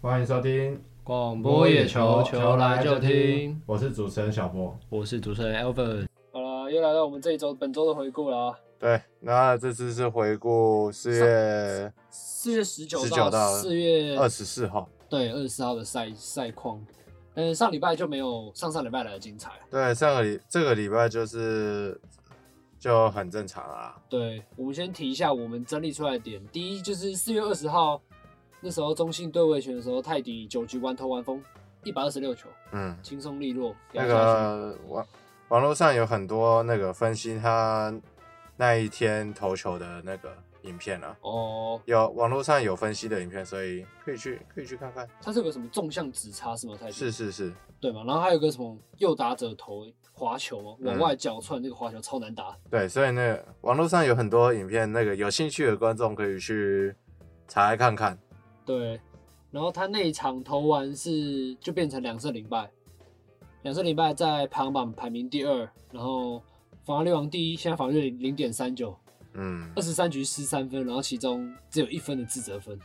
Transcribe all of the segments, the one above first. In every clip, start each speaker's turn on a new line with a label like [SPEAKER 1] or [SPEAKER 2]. [SPEAKER 1] 欢迎收听，
[SPEAKER 2] 广播野球，球来就听。
[SPEAKER 1] 我是主持人小波。
[SPEAKER 2] 我是主持人 Alvin。
[SPEAKER 3] 好了，又来到我们这一周本周的回顾了啊。
[SPEAKER 4] 对，那这次是回顾四月
[SPEAKER 3] 四月十九
[SPEAKER 4] 19到
[SPEAKER 3] 四月
[SPEAKER 4] 二十四号，
[SPEAKER 3] 对二十四号的赛赛况，嗯，上礼拜就没有上上礼拜来的精彩。
[SPEAKER 4] 对，上个礼这个礼拜就是就很正常啦。
[SPEAKER 3] 对，我们先提一下我们整理出来的点。第一就是四月二十号那时候中信对卫权的时候，泰迪九局完投完封，一百二十六球，
[SPEAKER 4] 嗯，
[SPEAKER 3] 轻松利落。
[SPEAKER 4] 那
[SPEAKER 3] 咬下去
[SPEAKER 4] 个网网络上有很多那个分析他那一天投球的那个影片啊，
[SPEAKER 3] 哦，
[SPEAKER 4] 有网络上有分析的影片，所以可以去可以去看看。
[SPEAKER 3] 它是有个什么纵向直插是吗？泰迪
[SPEAKER 4] 是是是，
[SPEAKER 3] 对嘛？然后还有个什么右打者投滑球嘛，往外脚窜那个滑球超难打。
[SPEAKER 4] 对，所以那个网络上有很多影片，那个有兴趣的观众可以去查来看看。
[SPEAKER 3] 对，然后他那一场投完是就变成两胜零败，两胜零败在排行榜排名第二，然后防御率王第一，现在防御率零点三九，
[SPEAKER 4] 嗯
[SPEAKER 3] 二，十三局失三分，然后其中只有一分的自责分，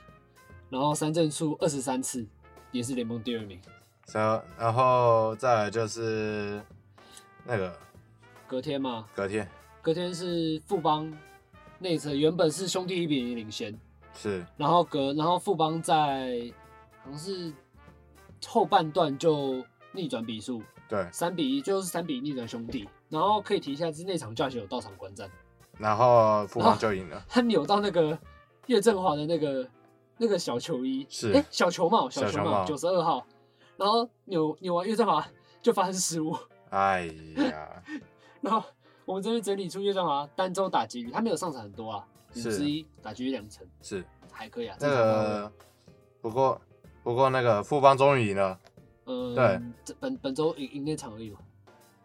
[SPEAKER 3] 然后三振数二十三次，也是联盟第二名。
[SPEAKER 4] 然后然后再来就是那个
[SPEAKER 3] 隔天嘛，
[SPEAKER 4] 隔天
[SPEAKER 3] 隔天是富邦内侧原本是兄弟一比零领先，
[SPEAKER 4] 是
[SPEAKER 3] 然后隔然后富邦在好像是后半段就逆转比数，
[SPEAKER 4] 对，
[SPEAKER 3] 三比一，最后是三比一逆转兄弟。然后可以提一下，就是那场教学有到场观战，
[SPEAKER 4] 然后富邦就赢了，
[SPEAKER 3] 他扭到那个岳振华的那个那个小球衣，
[SPEAKER 4] 是
[SPEAKER 3] 哎、小球帽，小
[SPEAKER 4] 小
[SPEAKER 3] 球
[SPEAKER 4] 球
[SPEAKER 3] 帽
[SPEAKER 4] 帽
[SPEAKER 3] 九十二号，然后扭扭完岳振华就发生失误，
[SPEAKER 4] 哎呀，
[SPEAKER 3] 然后我们这边整理出岳振华单周打击率，他没有上场很多啊，五
[SPEAKER 4] 是
[SPEAKER 3] 十一打击率两成，
[SPEAKER 4] 是
[SPEAKER 3] 还可以啊，
[SPEAKER 4] 那
[SPEAKER 3] 正常发挥。
[SPEAKER 4] 个不过不过那个富邦终于赢了，
[SPEAKER 3] 嗯，
[SPEAKER 4] 对，
[SPEAKER 3] 这本本周赢赢那场而已嘛。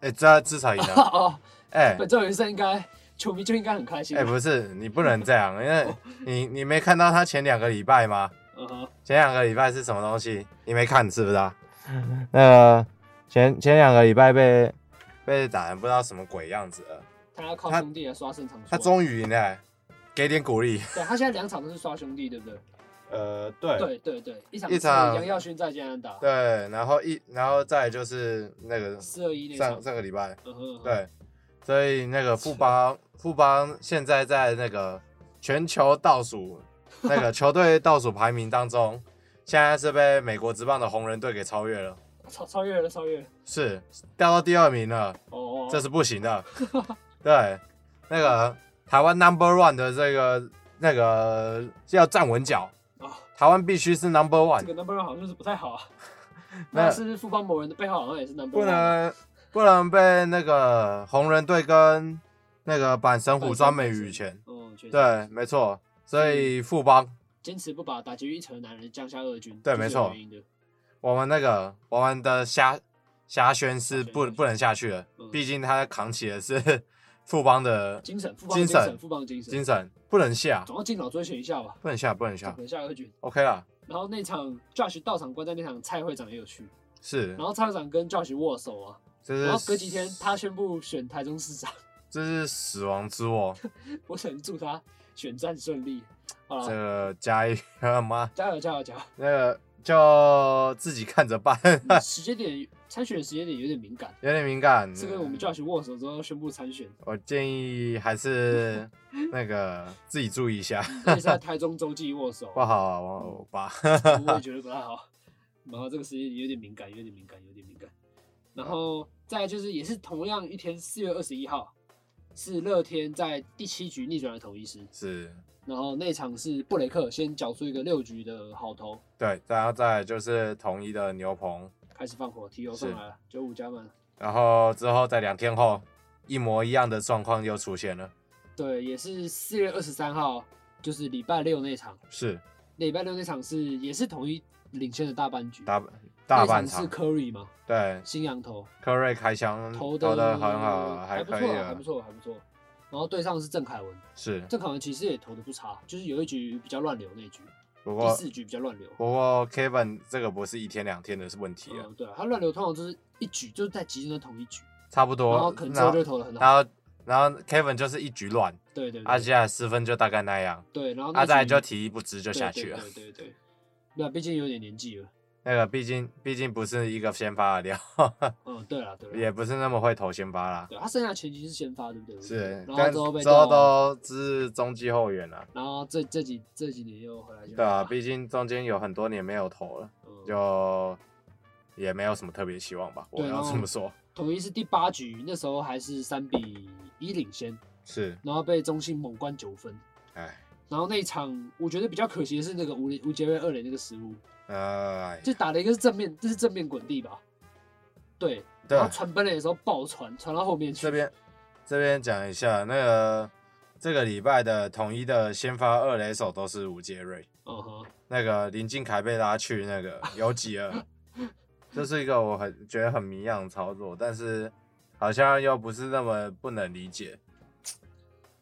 [SPEAKER 4] 哎，这至少赢了，
[SPEAKER 3] 哦，
[SPEAKER 4] 哎
[SPEAKER 3] 本周有一胜应该球迷就应该很开心。
[SPEAKER 4] 哎，不是你不能这样，因为你你没看到他前两个礼拜吗？
[SPEAKER 3] 嗯哼，
[SPEAKER 4] 前两个礼拜是什么东西？你没看是不是啊？那个前前两个礼拜被被打成不知道什么鬼样子了，
[SPEAKER 3] 他要靠
[SPEAKER 4] 他
[SPEAKER 3] 兄弟来刷胜场数啊。
[SPEAKER 4] 他终于赢了、给点鼓励。
[SPEAKER 3] 对他现在两场都是刷兄弟，对不对？
[SPEAKER 1] 呃，对，
[SPEAKER 3] 对对对，一场
[SPEAKER 4] 一
[SPEAKER 3] 是
[SPEAKER 4] 场
[SPEAKER 3] 杨耀勋在加拿大，
[SPEAKER 4] 对，然后一然后再来就是那个
[SPEAKER 3] 四二一那
[SPEAKER 4] 上
[SPEAKER 3] 场，
[SPEAKER 4] 上个礼拜，
[SPEAKER 3] 嗯哼，嗯哼，
[SPEAKER 4] 对，所以那个富邦富邦现在在那个全球倒数那个球队倒数排名当中，现在是被美国职棒的红人队给超越了，
[SPEAKER 3] 超超越了，超越了，
[SPEAKER 4] 是掉到第二名了。
[SPEAKER 3] 哦，哦
[SPEAKER 4] 这是不行的。对，那个台湾 number one 的这个那个要站稳脚，
[SPEAKER 3] 哦，
[SPEAKER 4] 台湾必须是 number
[SPEAKER 3] 这
[SPEAKER 4] one，
[SPEAKER 3] 个 number one 好像是不太好啊。
[SPEAKER 4] 那
[SPEAKER 3] 那是不是富邦某人的背后好像也是 number
[SPEAKER 4] 不
[SPEAKER 3] one？啊
[SPEAKER 4] 能不能被那个红人队跟那个阪神虎专美羽前。
[SPEAKER 3] 嗯，确实，
[SPEAKER 4] 对，没错。所以富邦，
[SPEAKER 3] 坚持不把打击率一成的男人降下二军，
[SPEAKER 4] 对
[SPEAKER 3] 这是
[SPEAKER 4] 没错
[SPEAKER 3] 有原因的。
[SPEAKER 4] 我们那个我们的虾虾轩是不不能下去了，毕竟他扛起的是 富邦的
[SPEAKER 3] 嗯精神，富邦
[SPEAKER 4] 精
[SPEAKER 3] 精
[SPEAKER 4] 神
[SPEAKER 3] 神，富邦精神，
[SPEAKER 4] 精神，不能下，
[SPEAKER 3] 总要敬老追选一下吧，
[SPEAKER 4] 不能下，不能下
[SPEAKER 3] 可。能下二军。
[SPEAKER 4] OK 啦，
[SPEAKER 3] 然后那场 Josh 到场观战那场，蔡会长也有去，
[SPEAKER 4] 是
[SPEAKER 3] 然，后蔡会长跟 Josh 握手啊，
[SPEAKER 4] 这
[SPEAKER 3] 然后
[SPEAKER 4] 是
[SPEAKER 3] 隔几天他宣布选台中市长。
[SPEAKER 4] 这是死亡之握，
[SPEAKER 3] 我只能祝他选战顺利。好
[SPEAKER 4] 这
[SPEAKER 3] 了，
[SPEAKER 4] 个加 一妈
[SPEAKER 3] 加油加油 加油！
[SPEAKER 4] 那个就自己看着办，
[SPEAKER 3] 时间点参选的时间点有点敏感，
[SPEAKER 4] 有点敏感。
[SPEAKER 3] 是跟我们 Josh 握手之后宣布参选，
[SPEAKER 4] 我建议还是那个自己注意一 下，
[SPEAKER 3] 而且是在台中洲际握手
[SPEAKER 4] 不，好啊我我爸。
[SPEAKER 3] 我也觉得不太好。然后这个时间点有点敏感，有点敏感，有点敏感。然后再来就是也是同样一天，四月二十一号是乐天在第七局逆转了统一师，
[SPEAKER 4] 是，
[SPEAKER 3] 然后那场是布雷克先缴出一个六局的好投，
[SPEAKER 4] 对，然后再来就是统一的牛棚，
[SPEAKER 3] 开始放火，提油上
[SPEAKER 4] 是
[SPEAKER 3] 来了，九五加满。
[SPEAKER 4] 然后之后在两天后一模一样的状况又出现了，
[SPEAKER 3] 对，也是四月二十三号，就是礼拜六那场。
[SPEAKER 4] 是
[SPEAKER 3] 那礼拜六那场是也是统一领先的大半局，
[SPEAKER 4] 大大半
[SPEAKER 3] 那场
[SPEAKER 4] 场
[SPEAKER 3] 是，Curry 嘛，
[SPEAKER 4] 对，
[SPEAKER 3] 新羊头
[SPEAKER 4] 科瑞开枪
[SPEAKER 3] 投
[SPEAKER 4] 投
[SPEAKER 3] 的
[SPEAKER 4] 的很好，
[SPEAKER 3] 还不
[SPEAKER 4] 可
[SPEAKER 3] 错
[SPEAKER 4] 以
[SPEAKER 3] 啊，还
[SPEAKER 4] 啊
[SPEAKER 3] 不，错，还不错。然后对上是郑凯文，
[SPEAKER 4] 是，
[SPEAKER 3] 郑凯文其实也投的不差，就是有一局比较乱流那一局，
[SPEAKER 4] 不
[SPEAKER 3] 第
[SPEAKER 4] 过
[SPEAKER 3] 四局比较乱流。
[SPEAKER 4] 不过 Kevin 这个不是一天两天的问题了，
[SPEAKER 3] 嗯，对啊，他乱流通常就是一局就是在集中的同一局，
[SPEAKER 4] 差不多。
[SPEAKER 3] 然后可能之后就投的很
[SPEAKER 4] 然
[SPEAKER 3] 好，
[SPEAKER 4] 后然后 Kevin 就是一局乱，啊
[SPEAKER 3] 对对
[SPEAKER 4] 他
[SPEAKER 3] 对哦
[SPEAKER 4] 现在失分就大概那样，啊
[SPEAKER 3] 对，然后那
[SPEAKER 4] 他再来
[SPEAKER 3] 局
[SPEAKER 4] 就体力不支就
[SPEAKER 3] 对
[SPEAKER 4] 下
[SPEAKER 3] 对
[SPEAKER 4] 去了。
[SPEAKER 3] 对对对。那毕竟有点年纪了。
[SPEAKER 4] 那个毕竟毕竟不是一个先发的料，
[SPEAKER 3] 嗯，对了对了，
[SPEAKER 4] 也不是那么会投先发啦。
[SPEAKER 3] 对他剩下前期是先发，对不对？
[SPEAKER 4] 是，
[SPEAKER 3] 然后
[SPEAKER 4] 但
[SPEAKER 3] 之后被
[SPEAKER 4] 之后
[SPEAKER 3] 调
[SPEAKER 4] 都是中继后援啦。
[SPEAKER 3] 然后这这几这几年又回来先
[SPEAKER 4] 对啊，
[SPEAKER 3] 发
[SPEAKER 4] 毕竟中间有很多年没有投了，
[SPEAKER 3] 嗯
[SPEAKER 4] 就也没有什么特别期望吧。我
[SPEAKER 3] 对
[SPEAKER 4] 要
[SPEAKER 3] 然后
[SPEAKER 4] 这么说，
[SPEAKER 3] 统一是第八局，那时候还是三比一领先，
[SPEAKER 4] 是，
[SPEAKER 3] 然后被中信猛灌九分。
[SPEAKER 4] 哎，
[SPEAKER 3] 然后那一场，我觉得比较可惜的是那个吴林吴杰瑞二垒那个失误，
[SPEAKER 4] 呃，
[SPEAKER 3] 就打了一个是正面，这是正面滚地吧？对，
[SPEAKER 4] 对啊
[SPEAKER 3] 然后传本垒的时候爆传，传到后面去。
[SPEAKER 4] 这边这边讲一下，那个这个礼拜的统一的先发二垒手都是吴杰瑞，
[SPEAKER 3] 嗯哼，
[SPEAKER 4] 那个林敬凯被拉去那个游击二，这是一个我很觉得很迷样的操作，但是好像又不是那么不能理解，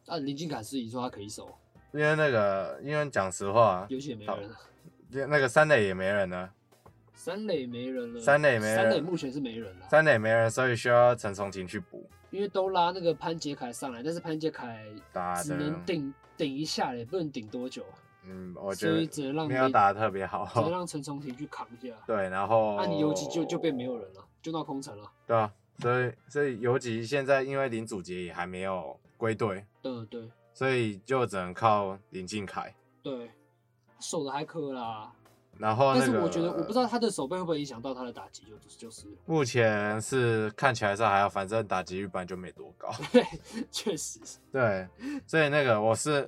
[SPEAKER 3] 啊，林俊凯自己说他可以守，
[SPEAKER 4] 因为那个因为讲实话，
[SPEAKER 3] 游戏也没
[SPEAKER 4] 好
[SPEAKER 3] 人了，
[SPEAKER 4] 因为那个三垒也没人啊呢，
[SPEAKER 3] 三垒没人了，
[SPEAKER 4] 三垒没人
[SPEAKER 3] 三垒目前是没人了，
[SPEAKER 4] 三垒没人，所以需要陈松廷去补
[SPEAKER 3] 因为都拉那个潘杰凯上来，但是潘杰凯
[SPEAKER 4] 打
[SPEAKER 3] 只
[SPEAKER 4] 的，
[SPEAKER 3] 能顶顶一下也不能顶多久，
[SPEAKER 4] 嗯，我觉
[SPEAKER 3] 所以
[SPEAKER 4] 得
[SPEAKER 3] 只能让
[SPEAKER 4] 没有
[SPEAKER 3] 林
[SPEAKER 4] 打得特别好，哦
[SPEAKER 3] 只能让陈松廷去扛一下。
[SPEAKER 4] 对，然后
[SPEAKER 3] 那、你游击就就变没有人了，就闹空城了。
[SPEAKER 4] 对啊，所以所以尤其现在因为林祖杰也还没有归队，
[SPEAKER 3] 对对
[SPEAKER 4] 所以就只能靠林敬凯。
[SPEAKER 3] 对，守的还可啦，
[SPEAKER 4] 然后
[SPEAKER 3] 但
[SPEAKER 4] 那
[SPEAKER 3] 是
[SPEAKER 4] 个，
[SPEAKER 3] 我觉得我不知道他的手背会不会影响到他的打击，就就是了。
[SPEAKER 4] 目前是看起来是还好，反正打击率本来就没多高。
[SPEAKER 3] 对，确实，
[SPEAKER 4] 对，所以那个我是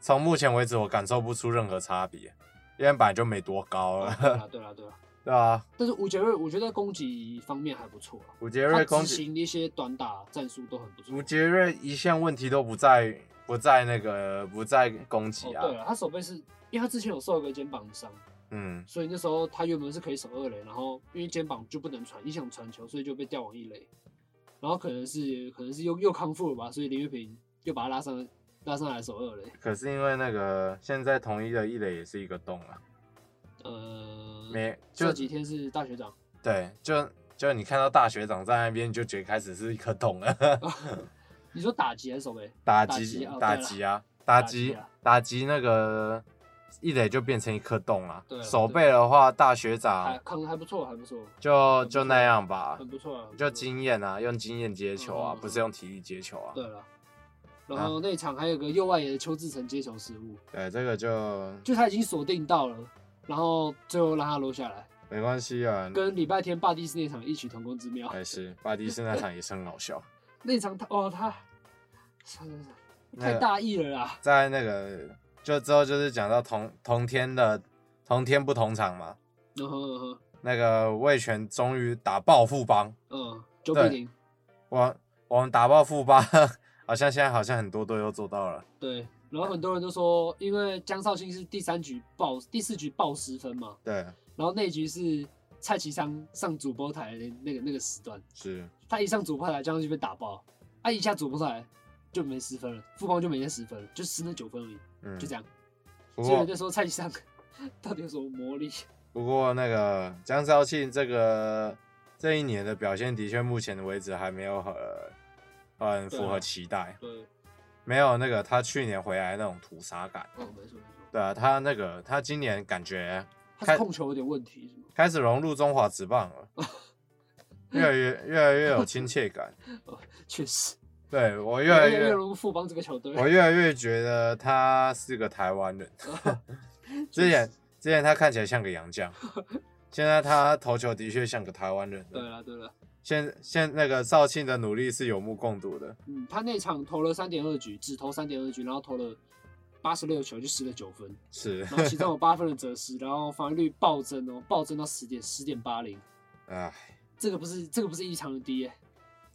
[SPEAKER 4] 从目前为止我感受不出任何差别，因为本来就没多高
[SPEAKER 3] 哦对
[SPEAKER 4] 了，
[SPEAKER 3] 啦对啦对啦。
[SPEAKER 4] 对啊，
[SPEAKER 3] 但是吴杰瑞，我觉得在攻击方面还不错啦，
[SPEAKER 4] 吴杰
[SPEAKER 3] 他
[SPEAKER 4] 瑞攻
[SPEAKER 3] 执
[SPEAKER 4] 击，
[SPEAKER 3] 行的一些短打战术都很不错。
[SPEAKER 4] 吴杰瑞一向问题都不在不在那个不在攻
[SPEAKER 3] 哦
[SPEAKER 4] 击啊，
[SPEAKER 3] 对了，他手背是因为他之前有受一个肩膀伤，
[SPEAKER 4] 嗯，
[SPEAKER 3] 所以那时候他原本是可以守二垒，然后因为肩膀就不能传，影响传球，所以就被调往一垒。然后可能是可能是又又康复了吧，所以林月平又把他拉上拉上来守二垒。
[SPEAKER 4] 可是因为那个现在统一的一垒也是一个洞啊，
[SPEAKER 3] 呃，
[SPEAKER 4] 没
[SPEAKER 3] 这
[SPEAKER 4] 就
[SPEAKER 3] 几天是大学长，
[SPEAKER 4] 对，就就你看到大学长在那边，你就觉得开始是一颗洞了。
[SPEAKER 3] 你说打击还是守备？
[SPEAKER 4] 打
[SPEAKER 3] 哦打
[SPEAKER 4] 击
[SPEAKER 3] 击哦
[SPEAKER 4] 打
[SPEAKER 3] 对了
[SPEAKER 4] 击啊，打
[SPEAKER 3] 打击
[SPEAKER 4] 击
[SPEAKER 3] 啊
[SPEAKER 4] 打击那个一垒就变成一颗洞了
[SPEAKER 3] 对。啊
[SPEAKER 4] 手
[SPEAKER 3] 对
[SPEAKER 4] 背的话，大学
[SPEAKER 3] 还
[SPEAKER 4] 长
[SPEAKER 3] 扛得还不错，还不错，
[SPEAKER 4] 就
[SPEAKER 3] 很不
[SPEAKER 4] 就
[SPEAKER 3] 错
[SPEAKER 4] 那样吧，
[SPEAKER 3] 很不错啊。很不
[SPEAKER 4] 就
[SPEAKER 3] 错
[SPEAKER 4] 经验啊，用经验接球啊
[SPEAKER 3] 嗯，嗯
[SPEAKER 4] 不是用体力接球啊
[SPEAKER 3] 对。了。然后那一场还有个右外野的邱志成接球失误，
[SPEAKER 4] 对，这个就
[SPEAKER 3] 就他已经锁定到了，然后最后让他落下来，
[SPEAKER 4] 没关系啊。
[SPEAKER 3] 跟礼拜天霸蒂斯那场异曲同工之妙。
[SPEAKER 4] 还哎是巴蒂斯那场也是很好 笑，
[SPEAKER 3] 那场他哦他，算了算了
[SPEAKER 4] 那
[SPEAKER 3] 太
[SPEAKER 4] 个
[SPEAKER 3] 大意了啦。
[SPEAKER 4] 在那个就之后就是讲到同同天的同天不同场嘛，
[SPEAKER 3] 嗯哼嗯哼
[SPEAKER 4] 那个魏权终于打爆富邦，
[SPEAKER 3] 嗯，九比零，
[SPEAKER 4] 我我们打爆富邦， 好像现在好像很多队都做到了。
[SPEAKER 3] 对。然后很多人都说，因为江绍兴是第三局爆第四局爆十分嘛，
[SPEAKER 4] 对，
[SPEAKER 3] 然后那一局是蔡其昌上主播台的那个那个时段，
[SPEAKER 4] 是，
[SPEAKER 3] 他一上主播台，江绍兴被打爆，他、一下主播台就没失分了，富邦就没那十分了，就失那九分而已，
[SPEAKER 4] 嗯，
[SPEAKER 3] 就这样。
[SPEAKER 4] 不
[SPEAKER 3] 所以我
[SPEAKER 4] 过
[SPEAKER 3] 就说蔡其昌到底有什么魔 力？
[SPEAKER 4] 不过那个江少庆这个这一年的表现，的确目前为止还没有很很符
[SPEAKER 3] 对啊
[SPEAKER 4] 合期待，
[SPEAKER 3] 对，
[SPEAKER 4] 没有那个他去年回来那种屠杀感。
[SPEAKER 3] 哦，没错没错，
[SPEAKER 4] 对啊，他那个他今年感觉
[SPEAKER 3] 他
[SPEAKER 4] 开
[SPEAKER 3] 是控球有点问题是吗？
[SPEAKER 4] 开始融入中华职棒 了，越来越越来越有亲切感。
[SPEAKER 3] 确实，
[SPEAKER 4] 对我越
[SPEAKER 3] 越
[SPEAKER 4] 来
[SPEAKER 3] 来
[SPEAKER 4] 越
[SPEAKER 3] 越融入富邦这个球队。
[SPEAKER 4] 我越来越觉得他是个台湾 人。之前之前他看起来像个洋 将，现在他投球的确像个台湾人。
[SPEAKER 3] 对了对了，
[SPEAKER 4] 现现那个肇庆的努力是有目共睹的。
[SPEAKER 3] 嗯，他那场投了三点二局，只投三点二局，然后投了八十六球，就失了九分，
[SPEAKER 4] 是
[SPEAKER 3] 然后其中有八分的折失，然 后防御率暴增哦，暴增到十点十点八零，
[SPEAKER 4] 啊，
[SPEAKER 3] 这个不是这个不是异常的低耶、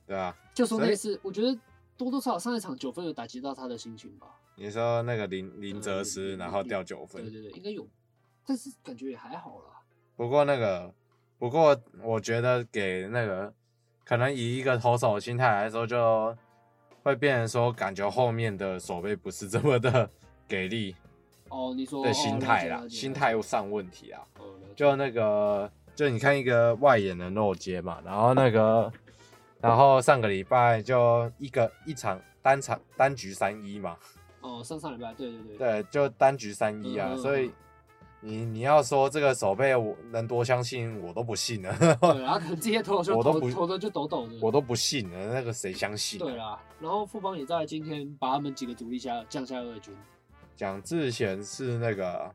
[SPEAKER 4] 对啊，
[SPEAKER 3] 就说
[SPEAKER 4] 所
[SPEAKER 3] 那
[SPEAKER 4] 以
[SPEAKER 3] 次，我觉得多多少少上一场九分有打击到他的心情吧。
[SPEAKER 4] 你说那个林林哲
[SPEAKER 3] 嗯
[SPEAKER 4] 师，
[SPEAKER 3] 嗯
[SPEAKER 4] 然后
[SPEAKER 3] 嗯
[SPEAKER 4] 掉九分
[SPEAKER 3] 对。对对，应该有，但是感觉也还好啦。
[SPEAKER 4] 不过那个，不过我觉得给那个，可能以一个投手的心态来说，就会变成说，感觉后面的守备不是这么的 给力
[SPEAKER 3] 哦，你说
[SPEAKER 4] 的心态
[SPEAKER 3] 哦了解了
[SPEAKER 4] 啦，
[SPEAKER 3] 解
[SPEAKER 4] 心态上问题啊。
[SPEAKER 3] 哦了解
[SPEAKER 4] 就那个，就你看一个外野的漏接嘛，然后那个，然后上个礼拜就一个一场单场单局三一嘛，
[SPEAKER 3] 哦，上上礼拜对对对，
[SPEAKER 4] 对，就单局三一啊，
[SPEAKER 3] 嗯
[SPEAKER 4] 所以你你要说这个手背我能多相信，我都不信了，
[SPEAKER 3] 对，然后可能这些投手
[SPEAKER 4] 我都
[SPEAKER 3] 投
[SPEAKER 4] 不
[SPEAKER 3] 投的就抖抖的，
[SPEAKER 4] 我都不信了，那个谁相信？啊
[SPEAKER 3] 对啊啦，然后富邦也在今天把他们几个主力下降下二军，
[SPEAKER 4] 蒋志贤是那个，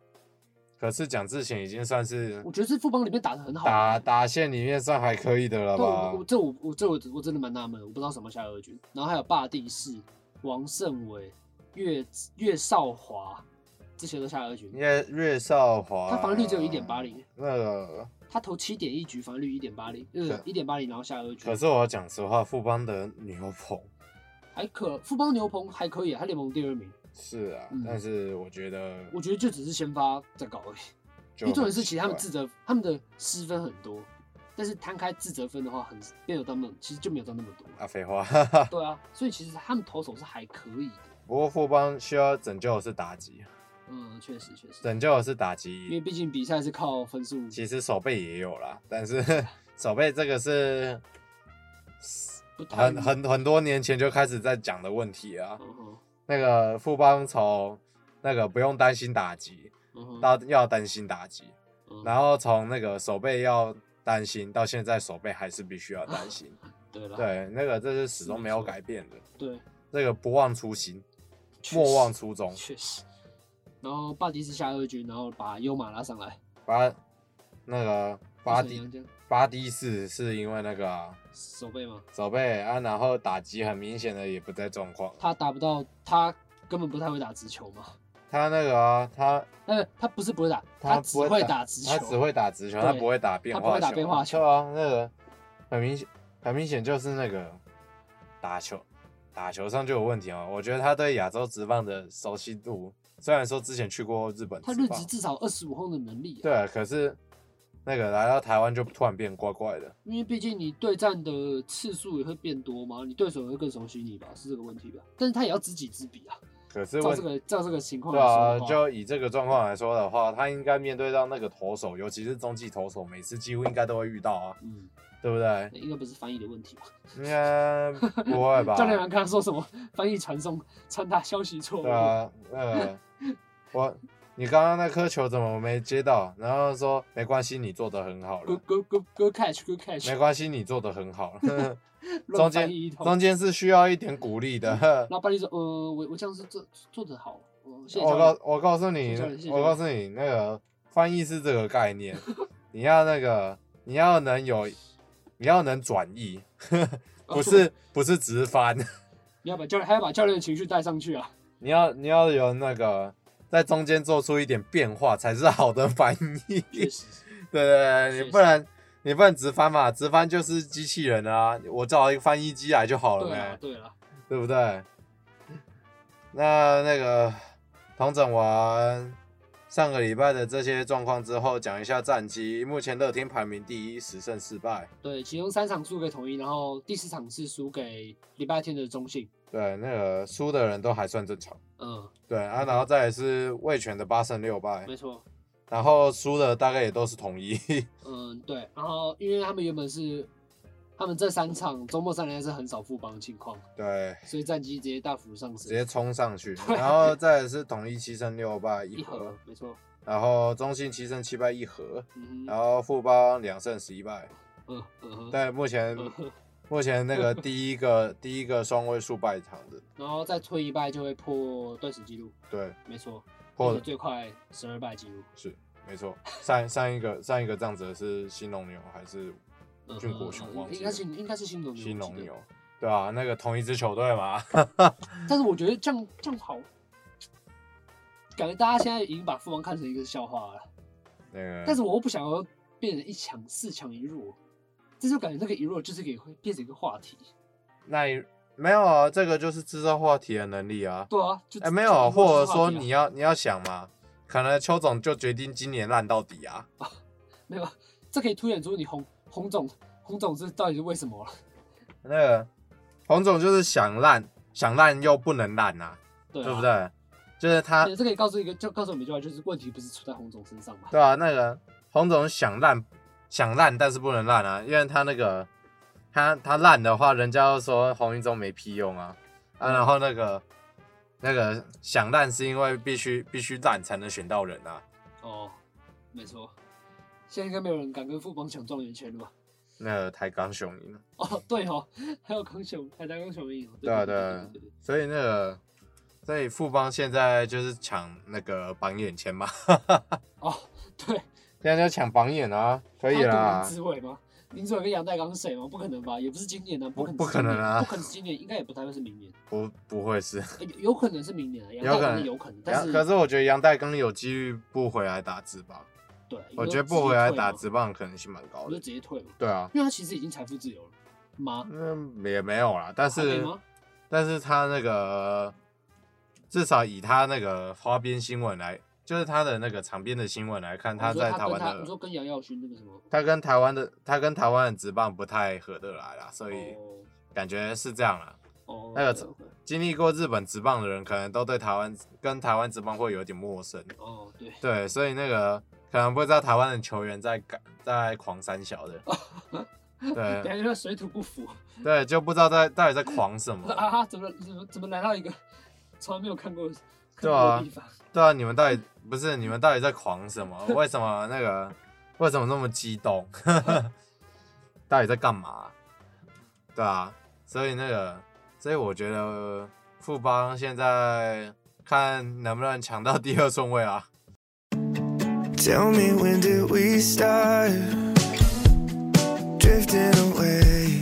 [SPEAKER 4] 可是蒋志贤已经算是
[SPEAKER 3] 我觉得是富邦里面打的很好啊
[SPEAKER 4] 打
[SPEAKER 3] 的。
[SPEAKER 4] 打线里面算还可以的了
[SPEAKER 3] 对，我我
[SPEAKER 4] 吧？
[SPEAKER 3] 这我我这我我真的蛮纳闷，我不知道什么下二军。然后还有霸地士、王胜伟、岳岳少华，这些都下二军。
[SPEAKER 4] 因为岳少华
[SPEAKER 3] 他防御率
[SPEAKER 4] 啊
[SPEAKER 3] 只有一点八，零，
[SPEAKER 4] 那个
[SPEAKER 3] 他投七点一局，防御率一点八零，
[SPEAKER 4] 对
[SPEAKER 3] 嗯，一点八零，然后下二局
[SPEAKER 4] 可，是我讲实话，富邦的牛棚
[SPEAKER 3] 还可富邦牛棚还可以啊，他联盟第二名，
[SPEAKER 4] 是啊，
[SPEAKER 3] 嗯
[SPEAKER 4] 但是我觉得
[SPEAKER 3] 我觉得就只是先发在搞而已。
[SPEAKER 4] 就
[SPEAKER 3] 因为重
[SPEAKER 4] 啊很
[SPEAKER 3] 点是，
[SPEAKER 4] 奇
[SPEAKER 3] 其实他们
[SPEAKER 4] 怪
[SPEAKER 3] 自责，他们的失分很多，但是摊开自责分的话很，没有到那么，其实就没有到那么多。
[SPEAKER 4] 啊废话，
[SPEAKER 3] 对啊，所以其实他们投手是还可以的，
[SPEAKER 4] 不过富邦需要拯救的是打击，
[SPEAKER 3] 嗯，确实确实，
[SPEAKER 4] 拯救的是打
[SPEAKER 3] 因为
[SPEAKER 4] 击，
[SPEAKER 3] 毕竟比赛是靠分数，
[SPEAKER 4] 其实手背也有啦，但是 手背这个是
[SPEAKER 3] 不太
[SPEAKER 4] 很很很多年前就开始在讲的问题啊。
[SPEAKER 3] 嗯哼
[SPEAKER 4] 那个富邦从那个不用担心打击
[SPEAKER 3] 嗯哼
[SPEAKER 4] 到要担心打击，
[SPEAKER 3] 嗯
[SPEAKER 4] 然后从那个手背要担心到现在手背还是必须要担心，
[SPEAKER 3] 对了，
[SPEAKER 4] 对，那个这是始终
[SPEAKER 3] 没
[SPEAKER 4] 没有
[SPEAKER 3] 错
[SPEAKER 4] 改变的，
[SPEAKER 3] 对，
[SPEAKER 4] 这个不忘初心，
[SPEAKER 3] 确
[SPEAKER 4] 莫
[SPEAKER 3] 实
[SPEAKER 4] 忘初衷，
[SPEAKER 3] 确实。然后巴迪斯下二军，然后把优马拉上来。
[SPEAKER 4] 把那个巴
[SPEAKER 3] 为什么
[SPEAKER 4] 迪
[SPEAKER 3] 要这样
[SPEAKER 4] 巴迪士是因为那个啊、
[SPEAKER 3] 手背吗？
[SPEAKER 4] 手背啊，然后打击很明显的也不在状况，
[SPEAKER 3] 他打不到，他根本不太会打直球嘛。
[SPEAKER 4] 他那个啊，他
[SPEAKER 3] 呃，他不是不会打，
[SPEAKER 4] 他
[SPEAKER 3] 只
[SPEAKER 4] 不
[SPEAKER 3] 会
[SPEAKER 4] 会
[SPEAKER 3] 打直球，
[SPEAKER 4] 他只会打直球，
[SPEAKER 3] 对
[SPEAKER 4] 他不会打变
[SPEAKER 3] 他不
[SPEAKER 4] 化
[SPEAKER 3] 会
[SPEAKER 4] 球。
[SPEAKER 3] 打变化球
[SPEAKER 4] 对啊，那个很明显，很明显就是那个打球，打球上就有问题哦。我觉得他对亚洲职棒的熟悉度，虽然说之前去过日本
[SPEAKER 3] 他
[SPEAKER 4] 职
[SPEAKER 3] 日
[SPEAKER 4] 棒
[SPEAKER 3] 职，至少二十五轰的能力、啊。
[SPEAKER 4] 对，可是那个来到台湾就突然变怪怪的。
[SPEAKER 3] 因为毕竟你对战的次数也会变多嘛，你对手也会更熟悉你吧，是这个问题吧？但是他也要知己知彼啊。
[SPEAKER 4] 可是
[SPEAKER 3] 照
[SPEAKER 4] 问
[SPEAKER 3] 这个照这个情况
[SPEAKER 4] 对
[SPEAKER 3] 来说
[SPEAKER 4] 啊
[SPEAKER 3] 的，话，
[SPEAKER 4] 就以这个状况来说的话，他应该面对到那个投手，尤其是中继投手，每次几乎应该都会遇到啊，
[SPEAKER 3] 嗯，
[SPEAKER 4] 对不对？
[SPEAKER 3] 那应该不是翻译的问题吧？
[SPEAKER 4] 应该不会吧？
[SPEAKER 3] 教练员刚刚说什么翻译传送传达消息错误
[SPEAKER 4] 对？啊，呃，我你刚刚那颗球怎么没接到？然后说没关系，你做的很好
[SPEAKER 3] Good
[SPEAKER 4] 了，
[SPEAKER 3] good good good catch good catch，
[SPEAKER 4] 没关系，你做的很好 了。中
[SPEAKER 3] 乱
[SPEAKER 4] 间
[SPEAKER 3] 翻译一通。
[SPEAKER 4] 中间是需要一点鼓励的
[SPEAKER 3] 然。后巴黎说，呃，我我这样是做做得好，我谢谢
[SPEAKER 4] 哦我
[SPEAKER 3] 教练
[SPEAKER 4] 告。我告诉
[SPEAKER 3] 谢谢
[SPEAKER 4] 你
[SPEAKER 3] 教练谢谢，教
[SPEAKER 4] 我
[SPEAKER 3] 练
[SPEAKER 4] 告诉你，那个翻译是这个概 念，你要那个你要能有，你要能转译，
[SPEAKER 3] 哦
[SPEAKER 4] 不是不是直翻，
[SPEAKER 3] 你要把教练还要把教练的情绪带上去啊。
[SPEAKER 4] 你要你要有那个在中间做出一点变化才是好的翻译。
[SPEAKER 3] 确实，
[SPEAKER 4] 对对对，
[SPEAKER 3] 是
[SPEAKER 4] 你不然你不能直翻嘛，直翻就是机器人啊，我找一个翻译机来就好了
[SPEAKER 3] 对啊
[SPEAKER 4] 呗，，
[SPEAKER 3] 对啊，
[SPEAKER 4] 对不对？那那个同整完上个礼拜的这些状况之后，讲一下战绩。目前乐天排名第一，十胜四败。
[SPEAKER 3] 对，其中三场输给统一，然后第四场是输给礼拜天的中信。
[SPEAKER 4] 对，那个输的人都还算正常。
[SPEAKER 3] 嗯，
[SPEAKER 4] 对啊，然后再来是魏权的八胜六败，
[SPEAKER 3] 没错。
[SPEAKER 4] 然后输的大概也都是统一。
[SPEAKER 3] 嗯，对。然后因为他们原本是他们这三场周末三连战是很少复邦的情况，
[SPEAKER 4] 对，
[SPEAKER 3] 所以战绩直接大幅上
[SPEAKER 4] 直
[SPEAKER 3] 升。
[SPEAKER 4] 接冲上去，然后再来是统一七胜六败一
[SPEAKER 3] 一
[SPEAKER 4] 和
[SPEAKER 3] 盒，，没错。
[SPEAKER 4] 然后中信七胜七败一和，
[SPEAKER 3] 嗯
[SPEAKER 4] 然
[SPEAKER 3] 哼，
[SPEAKER 4] 后富邦两胜十一败。
[SPEAKER 3] 嗯嗯哼。
[SPEAKER 4] 但目 前
[SPEAKER 3] 嗯哼
[SPEAKER 4] 目前那个第一个第一个双位数败场的，
[SPEAKER 3] 然后再推一败就会破队史纪录，
[SPEAKER 4] 对，
[SPEAKER 3] 没错，
[SPEAKER 4] 破
[SPEAKER 3] 是最快十二败纪录。
[SPEAKER 4] 是没错。上上一个上一个这样子的是新龙牛还是
[SPEAKER 3] 嗯
[SPEAKER 4] 俊国雄
[SPEAKER 3] 嗯
[SPEAKER 4] 忘记
[SPEAKER 3] 应该
[SPEAKER 4] 了
[SPEAKER 3] 是应该是新农牛，
[SPEAKER 4] 新
[SPEAKER 3] 我记
[SPEAKER 4] 龙
[SPEAKER 3] 得
[SPEAKER 4] 牛？对啊，那个同一支球队 嘛，
[SPEAKER 3] 但是我觉得这样这样好，感觉大家现在已经把富邦看成一个笑话了。
[SPEAKER 4] 那个
[SPEAKER 3] 但是我又不想要变成一强四强一弱，这就感觉那个一弱就是给会变成一个话题。
[SPEAKER 4] 那一没有啊，这个就是制造话题的能力啊。
[SPEAKER 3] 对啊，就
[SPEAKER 4] 哎、没有啊，
[SPEAKER 3] 就一弱
[SPEAKER 4] 或
[SPEAKER 3] 就是
[SPEAKER 4] 者说
[SPEAKER 3] 话题啊
[SPEAKER 4] 你要你要想嘛，可能邱总就决定今年烂到底啊。
[SPEAKER 3] 没有，这可以凸显出你红红总红总是到底是为什么了。
[SPEAKER 4] 那个洪总就是想烂，想烂又不能烂呐、
[SPEAKER 3] 对、啊，
[SPEAKER 4] 对不？对？就是他，
[SPEAKER 3] 对，这可以告诉一个，就告诉我们一句话，就是问题不是出在洪总身上嘛。
[SPEAKER 4] 对啊，那个洪总想烂，想烂，但是不能烂啊，因为他那个他他烂的话，人家又说洪一中没屁用啊啊，
[SPEAKER 3] 嗯
[SPEAKER 4] 然后那个那个想烂是因为必须必须烂才能选到人啊，
[SPEAKER 3] 哦，没错，现在应该没有人敢跟富邦抢状元签了吧？
[SPEAKER 4] 那个台钢雄鹰，啊
[SPEAKER 3] 哦，对哦，还有康雄，还有康雄赢哦。
[SPEAKER 4] 对啊对
[SPEAKER 3] 对
[SPEAKER 4] 啊
[SPEAKER 3] 对对对
[SPEAKER 4] 所以那个，所以富邦现在就是抢那个榜眼签嘛，
[SPEAKER 3] 哦，对，
[SPEAKER 4] 现在就抢榜眼啊，可以
[SPEAKER 3] 他
[SPEAKER 4] 啦
[SPEAKER 3] 林，志伟吗？林志伟跟杨代刚是谁吗？不可能吧，也不是今年啊，不可能，
[SPEAKER 4] 不可能啊
[SPEAKER 3] 不可能是今年，应该也不太会是明年，
[SPEAKER 4] 不不会是。
[SPEAKER 3] 呃有有可能是明年啊，杨代刚有可能， 但
[SPEAKER 4] 杨
[SPEAKER 3] 是
[SPEAKER 4] 可是我觉得杨代刚有机遇不回来打职棒，
[SPEAKER 3] 对，啊
[SPEAKER 4] 我
[SPEAKER 3] 你
[SPEAKER 4] 觉得
[SPEAKER 3] 说直
[SPEAKER 4] 不
[SPEAKER 3] 接
[SPEAKER 4] 回来
[SPEAKER 3] 退吗
[SPEAKER 4] 打职棒的可能性蛮高
[SPEAKER 3] 我就
[SPEAKER 4] 的。
[SPEAKER 3] 直接退嘛，
[SPEAKER 4] 对啊，
[SPEAKER 3] 因为他其实已经财富自由了吗？
[SPEAKER 4] 嗯，也没有啦，但
[SPEAKER 3] 还没
[SPEAKER 4] 是
[SPEAKER 3] 吗？
[SPEAKER 4] 但是他那个至少以他那个花边新闻来，就是他的那个场边的新闻来看，
[SPEAKER 3] 哦你说
[SPEAKER 4] 在
[SPEAKER 3] 他
[SPEAKER 4] 台
[SPEAKER 3] 跟
[SPEAKER 4] 湾
[SPEAKER 3] 他，你
[SPEAKER 4] 的
[SPEAKER 3] 说跟杨耀勋那个什么？
[SPEAKER 4] 他跟台湾的他跟台湾的职棒不太合得来啦，所以
[SPEAKER 3] 哦
[SPEAKER 4] 感觉是这样啦。
[SPEAKER 3] 哦，
[SPEAKER 4] 那个
[SPEAKER 3] OK，OK
[SPEAKER 4] 经历过日本职棒的人，可能都对台湾跟台湾职棒会有点陌生。
[SPEAKER 3] 哦，对，
[SPEAKER 4] 对，所以那个可能不知道台湾的球员在干在狂三小的，对嗯
[SPEAKER 3] 感觉他水土不服，
[SPEAKER 4] 对，就不知道在到底在狂什么。
[SPEAKER 3] 啊哈，怎么怎么怎么来到一个从来没有看过看
[SPEAKER 4] 对
[SPEAKER 3] 过
[SPEAKER 4] 啊
[SPEAKER 3] 的地方？
[SPEAKER 4] 对啊，你们到底不是你们到底在狂什么？为什么那个为什么那么激动？ 到底在干嘛？对啊，所以那个，所以我觉得富邦现在看能不能抢到第二顺位啊。
[SPEAKER 5] Tell me when did we start drifting away?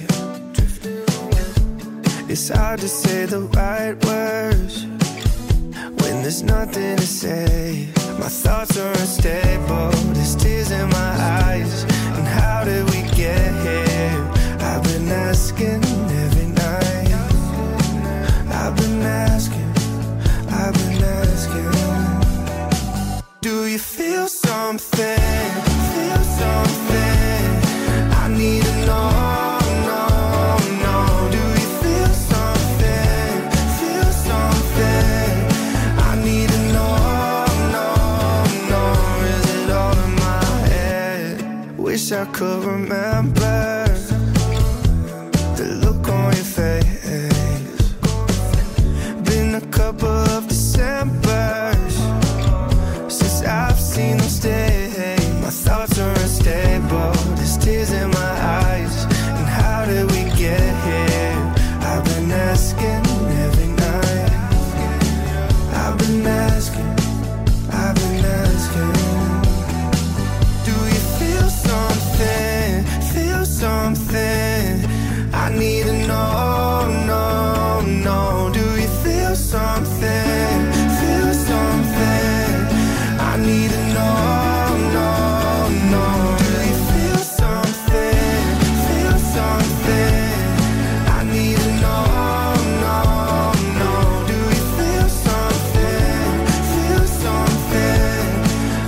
[SPEAKER 5] It's hard to say the right words when there's nothing to say. My thoughts are unstable, there's tears in my eyes. And how did we get here? I've been asking every night. I've been asking, I've been asking. Do you feel something? Feel something? I need to know, no, no. Do you feel something? Feel something? I need to know, no, no. Is it all in my head? Wish I could remember the look on your face. Been a couple of December's since I've seen them stay. My thoughts are unstable, there's tears in my eyes. And how did we get here? I've been asking every night. I've been asking, I've been asking. Do you feel something? Feel something? I need to know, no, no. Do you feel something? Feel something? I need to know, no, no. Do you feel something? Feel something? I need to know, no, no. Do you feel something? Feel something?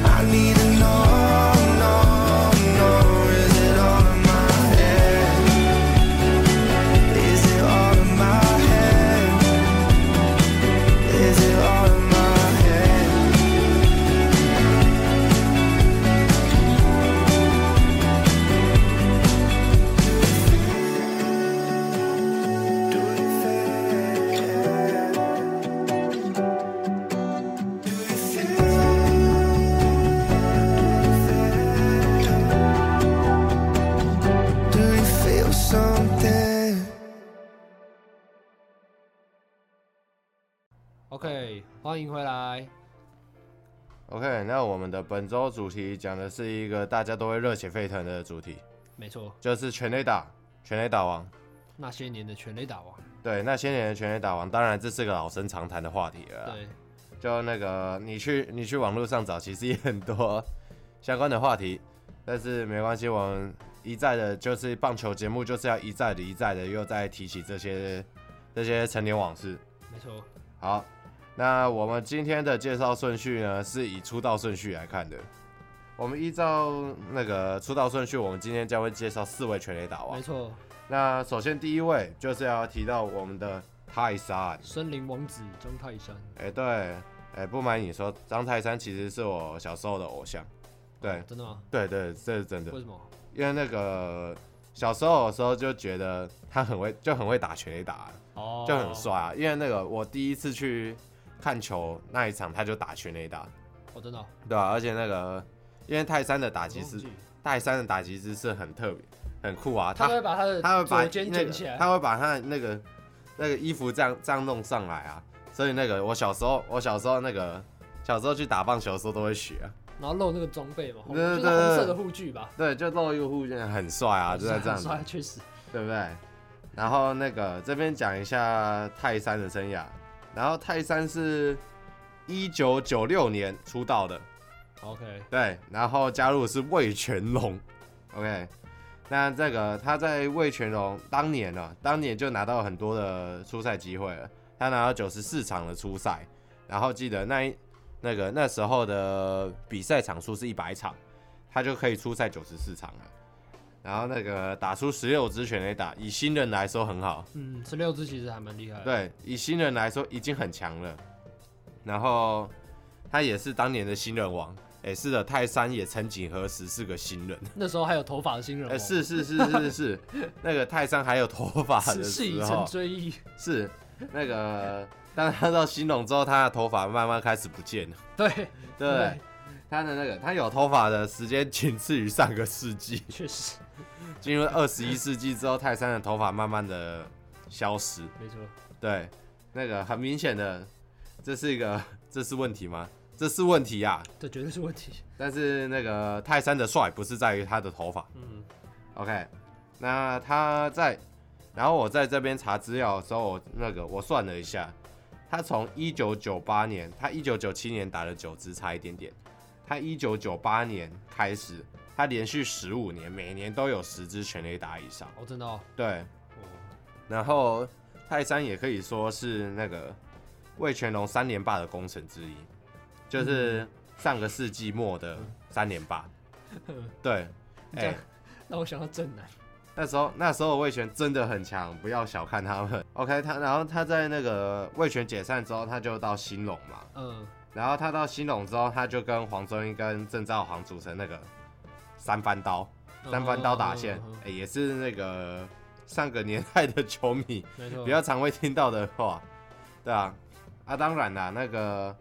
[SPEAKER 5] I need to know, no, no. Is it all in my head? Is it all in my head? Is it all in my head? Do you feel? Do you feel? Do you feel something?
[SPEAKER 6] OK，欢迎回来。
[SPEAKER 4] OK，那我们的本周主题讲的是一个大家都会热血沸腾的主题，
[SPEAKER 6] 没错，
[SPEAKER 4] 就是全垒打，全垒打王。
[SPEAKER 6] 那些年的全垒打王，
[SPEAKER 4] 对，那些年的全垒打王，当然这是个老生常谈的话题了啦。
[SPEAKER 6] 对，
[SPEAKER 4] 就那个你去你去网络上找，其实也很多相关的话题，但是没关系，我们一再的，就是棒球节目就是要一再的一再的又再提起这些这些陈年往事。
[SPEAKER 6] 没错，
[SPEAKER 4] 好，那我们今天的介绍顺序呢，是以出道顺序来看的。我们依照那个出道顺序，我们今天将会介绍四位全垒打王
[SPEAKER 6] 没。错，
[SPEAKER 4] 那首先第一位就是要提到我们的泰山，
[SPEAKER 6] 森林王子张泰山，
[SPEAKER 4] 哎、对，哎、不瞒你说，张泰山其实是我小时候的偶像。对，
[SPEAKER 6] 真的吗？
[SPEAKER 4] 对对，这是真的
[SPEAKER 6] 为，什么？
[SPEAKER 4] 因为那个小时候的时候就觉得他很会，就很会打全垒打，
[SPEAKER 6] 哦
[SPEAKER 4] 就很帅啊。因为那个我第一次去看球那一场，他就打全垒打，
[SPEAKER 6] 哦，真的哦
[SPEAKER 4] 对吧、而且那个因为泰山的打击
[SPEAKER 3] 我忘
[SPEAKER 4] 是
[SPEAKER 3] 记
[SPEAKER 4] 泰山的打击姿势很特别，很酷啊，
[SPEAKER 3] 他都会把他的
[SPEAKER 4] 他会把
[SPEAKER 3] 左肩
[SPEAKER 4] 那
[SPEAKER 3] 卷
[SPEAKER 4] 个
[SPEAKER 3] 起来，
[SPEAKER 4] 他会把他的那个那个衣服这样这样弄上来啊。所以那个我小时候，我小时候那个小时候去打棒球的时候都会学啊。
[SPEAKER 3] 然后露那个装备嘛，红
[SPEAKER 4] 对对
[SPEAKER 3] 就是
[SPEAKER 4] 对
[SPEAKER 3] 红色的护具吧，
[SPEAKER 4] 对，就露一个护肩，很帅啊，就在这样子，
[SPEAKER 3] 帅，确实。
[SPEAKER 4] 对不对？然后那个这边讲一下泰山的生涯，然后泰山是一九九六年出道的，
[SPEAKER 3] OK，
[SPEAKER 4] 对，然后加入的是魏全龙，OK。那这个他在魏全龙当年呢、当年就拿到很多的出赛机会了，他拿到九十四场的出赛，然后记得那一那个那时候的比赛场数是一百场，他就可以出赛九十四场了。然后那个打出十六支全垒打，以新人来说很好，
[SPEAKER 3] 嗯，十六只其实还蛮厉害的。，
[SPEAKER 4] 对，以新人来说已经很强了。然后他也是当年的新人王，哎，是的，泰山也曾几何时是个新 人，
[SPEAKER 3] 那时候还有头发的新人
[SPEAKER 4] 哎，
[SPEAKER 3] 王，
[SPEAKER 4] 是是是是 是，那个泰山还有头发的
[SPEAKER 3] 此事已
[SPEAKER 4] 时
[SPEAKER 3] 成
[SPEAKER 4] 候，啊
[SPEAKER 3] 追忆。
[SPEAKER 4] 是那个，当他到新隆之后，他的头发慢慢开始不见了，
[SPEAKER 3] 对，
[SPEAKER 4] 对。他的那个，他有头发的时间仅次于上个世纪。
[SPEAKER 3] 确实
[SPEAKER 4] 进入二十一世纪之后，泰山的头发慢慢的消失，
[SPEAKER 3] 没错。
[SPEAKER 4] 对，那个很明显的，这是一个， 这是问题吗？这是问题啊！
[SPEAKER 3] 这绝对是问题。
[SPEAKER 4] 但是那个泰山的帅不是在于他的头发
[SPEAKER 3] 嗯，
[SPEAKER 4] ，OK？那他在，然后我在这边查资料的时候，我那个我算了一下，他从一九九八年，他一九九七年打了九支，差一点点。他一九九八年开始，他连续十五年，每年都有十支全垒打以上。
[SPEAKER 3] 哦，真的哦，
[SPEAKER 4] 对，
[SPEAKER 3] 哦
[SPEAKER 4] 然后泰山也可以说是那个魏全龙三连霸的功臣之一，
[SPEAKER 3] 嗯
[SPEAKER 4] 就是上个世纪末的三连 霸。对，哎、
[SPEAKER 3] 对让我想到正南。
[SPEAKER 4] 那时候那时候魏全真的很强，不要小看他们。OK，他 然后他在那个魏全解散之后，他就到兴隆嘛，
[SPEAKER 3] 嗯，
[SPEAKER 4] 然后他到兴隆之后，他就跟黄宗英跟郑兆煌组成那个三番刀，三番刀打线，哎、
[SPEAKER 3] 嗯嗯嗯
[SPEAKER 4] 也是那个上个年代的球迷
[SPEAKER 3] 没错。
[SPEAKER 4] 比较常会听到的话， 对啊，啊，当然啦，那个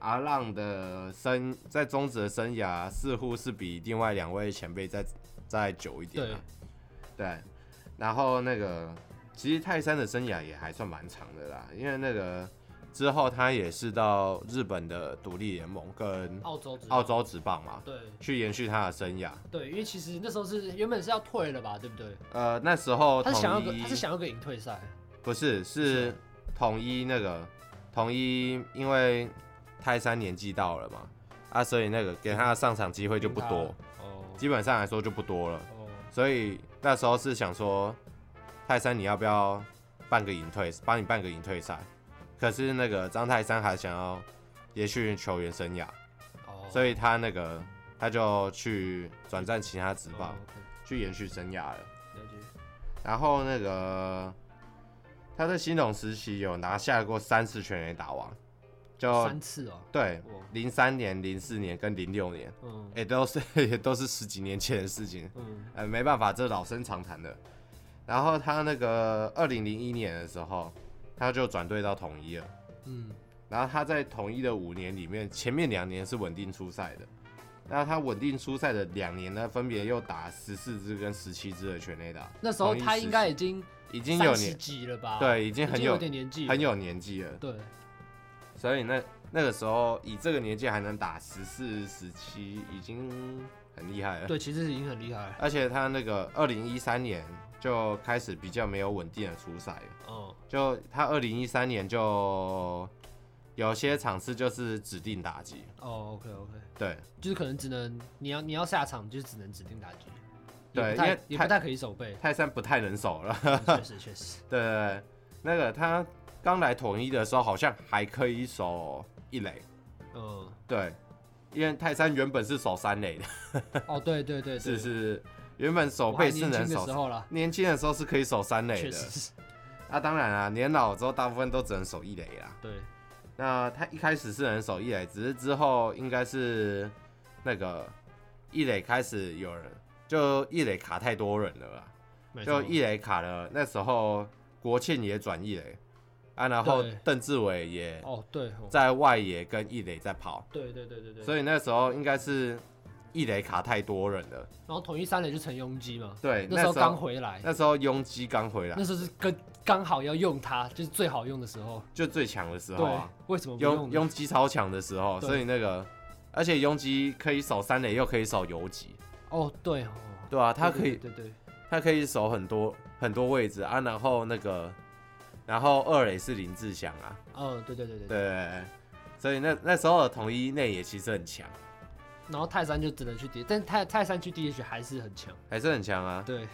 [SPEAKER 4] 阿浪的生在中职的生涯似乎是比另外两位前辈再再久一点啦，对，然后那个其实泰山的生涯也还算蛮长的啦，因为那个之后他也是到日本的独立联盟跟
[SPEAKER 3] 澳洲之
[SPEAKER 4] 澳。洲职棒嘛，
[SPEAKER 3] 对
[SPEAKER 4] 去延续他的生涯，
[SPEAKER 3] 对，因为其实那时候是原本是要退了吧，对不对？
[SPEAKER 4] 呃，那时候
[SPEAKER 3] 他是想要
[SPEAKER 4] 统
[SPEAKER 3] 个
[SPEAKER 4] 一
[SPEAKER 3] 他是想要个隐退赛。
[SPEAKER 4] 不是，
[SPEAKER 3] 是
[SPEAKER 4] 是统一那个统一，因为泰山年纪到了嘛，啊，所以那个给他的上场机会就不多，
[SPEAKER 3] 哦
[SPEAKER 4] 基本上来说就不多了。
[SPEAKER 3] 哦，
[SPEAKER 4] 所以那时候是想说，泰山你要不要办个隐退，帮你办个隐退赛？可是那个张泰山还想要延续球员生涯，
[SPEAKER 3] 哦
[SPEAKER 4] 所以他那个他就去转战其他职棒
[SPEAKER 3] 哦，，OK，
[SPEAKER 4] 去延续生涯了。
[SPEAKER 3] 哦了解。
[SPEAKER 4] 然后那个他在新隆时期有拿下过三次全垒打王，就
[SPEAKER 3] 三次哦。
[SPEAKER 4] 对
[SPEAKER 3] 哇，
[SPEAKER 4] 零三年、零四年跟零六年，
[SPEAKER 3] 嗯
[SPEAKER 4] 哎、都是 也都是十几年前的事情，
[SPEAKER 3] 嗯，
[SPEAKER 4] 呃，没办法，这老生常谈的。然后他那个二零零一年的时候，他就转队到统一了。
[SPEAKER 3] 嗯，
[SPEAKER 4] 然后他在统一的五年里面，前面两年是稳定出赛的，那他稳定出赛的两年呢，分别又打十四支跟十七支的全垒打，
[SPEAKER 3] 那时候
[SPEAKER 4] 统一
[SPEAKER 3] 他
[SPEAKER 4] 时
[SPEAKER 3] 应该
[SPEAKER 4] 期
[SPEAKER 3] 已经
[SPEAKER 4] 已经有
[SPEAKER 3] 三十
[SPEAKER 4] 年
[SPEAKER 3] 几了吧？，
[SPEAKER 4] 对，已
[SPEAKER 3] 已
[SPEAKER 4] 经很
[SPEAKER 3] 经
[SPEAKER 4] 有
[SPEAKER 3] 有点年纪了，
[SPEAKER 4] 很有年纪了，
[SPEAKER 3] 对，
[SPEAKER 4] 所以那那个时候以这个年纪还能打十四、十七，已经很厉害了。，
[SPEAKER 3] 对，其实已经很厉害了。
[SPEAKER 4] 而且他那个二零一三年就开始比较没有稳定的出赛了，
[SPEAKER 3] 嗯，
[SPEAKER 4] 就他二零一三年就有些场次就是指定打击，
[SPEAKER 3] 哦，OK OK，
[SPEAKER 4] 对
[SPEAKER 3] 就是可能只能你要你要下场，就只能指定打击，也
[SPEAKER 4] 对
[SPEAKER 3] 不太
[SPEAKER 4] 因为
[SPEAKER 3] 也
[SPEAKER 4] 太。
[SPEAKER 3] 不太可以守备
[SPEAKER 4] 泰山不太能守了。
[SPEAKER 3] 嗯确实确实，
[SPEAKER 4] 对对对，那个他刚来统一的时候好像还可以守一垒，
[SPEAKER 3] 嗯，
[SPEAKER 4] 对，因为泰山原本是守三垒的。
[SPEAKER 3] 哦，对对对，
[SPEAKER 4] 是
[SPEAKER 3] 对，
[SPEAKER 4] 是，原本手
[SPEAKER 3] 我还
[SPEAKER 4] 背是
[SPEAKER 3] 年
[SPEAKER 4] 能
[SPEAKER 3] 轻的
[SPEAKER 4] 手
[SPEAKER 3] 时，候啦，
[SPEAKER 4] 年轻的时候是可以守三垒
[SPEAKER 3] 确
[SPEAKER 4] 的。
[SPEAKER 3] 实是，
[SPEAKER 4] 啊，当然啊，年老之后大部分都只能守一垒啦。
[SPEAKER 3] 对，
[SPEAKER 4] 那他一开始是能守一垒，只是之后应该是那个一垒开始有人，就一垒卡太多人了啦，啊
[SPEAKER 3] 没
[SPEAKER 4] 就
[SPEAKER 3] 错，
[SPEAKER 4] 一垒卡了。那时候国庆也转一垒啊，然后
[SPEAKER 3] 对
[SPEAKER 4] 邓志伟也
[SPEAKER 3] 哦，对，哦
[SPEAKER 4] 在外野跟一垒在跑，
[SPEAKER 3] 对对对对对，
[SPEAKER 4] 所以那时候应该是一垒卡太多人了。
[SPEAKER 3] 然后统一三垒就成拥击嘛。
[SPEAKER 4] 对，
[SPEAKER 3] 那时候刚回来，
[SPEAKER 4] 那时候拥基刚回来
[SPEAKER 3] 那，时候是跟刚好要用它，就是最好用的时候。
[SPEAKER 4] 就最强的时候
[SPEAKER 3] 对
[SPEAKER 4] 啊，，
[SPEAKER 3] 为什么不
[SPEAKER 4] 拥
[SPEAKER 3] 用呢？
[SPEAKER 4] 拥基超强的时候，
[SPEAKER 3] 对
[SPEAKER 4] 所以那个，而且拥基可以守三垒，又可以守游击，
[SPEAKER 3] 哦，对哦，
[SPEAKER 4] 对啊，他可以
[SPEAKER 3] 对对对，
[SPEAKER 4] 他可以守很多很多位置啊，然后那个，然后二垒是林志祥啊，
[SPEAKER 3] 嗯，对对对对。
[SPEAKER 4] 对所以那那时候的统一内野其实很强，
[SPEAKER 3] 然后泰山就只能去 D，但泰泰山去 DH 还是很强。
[SPEAKER 4] 还是很强啊。
[SPEAKER 3] 对，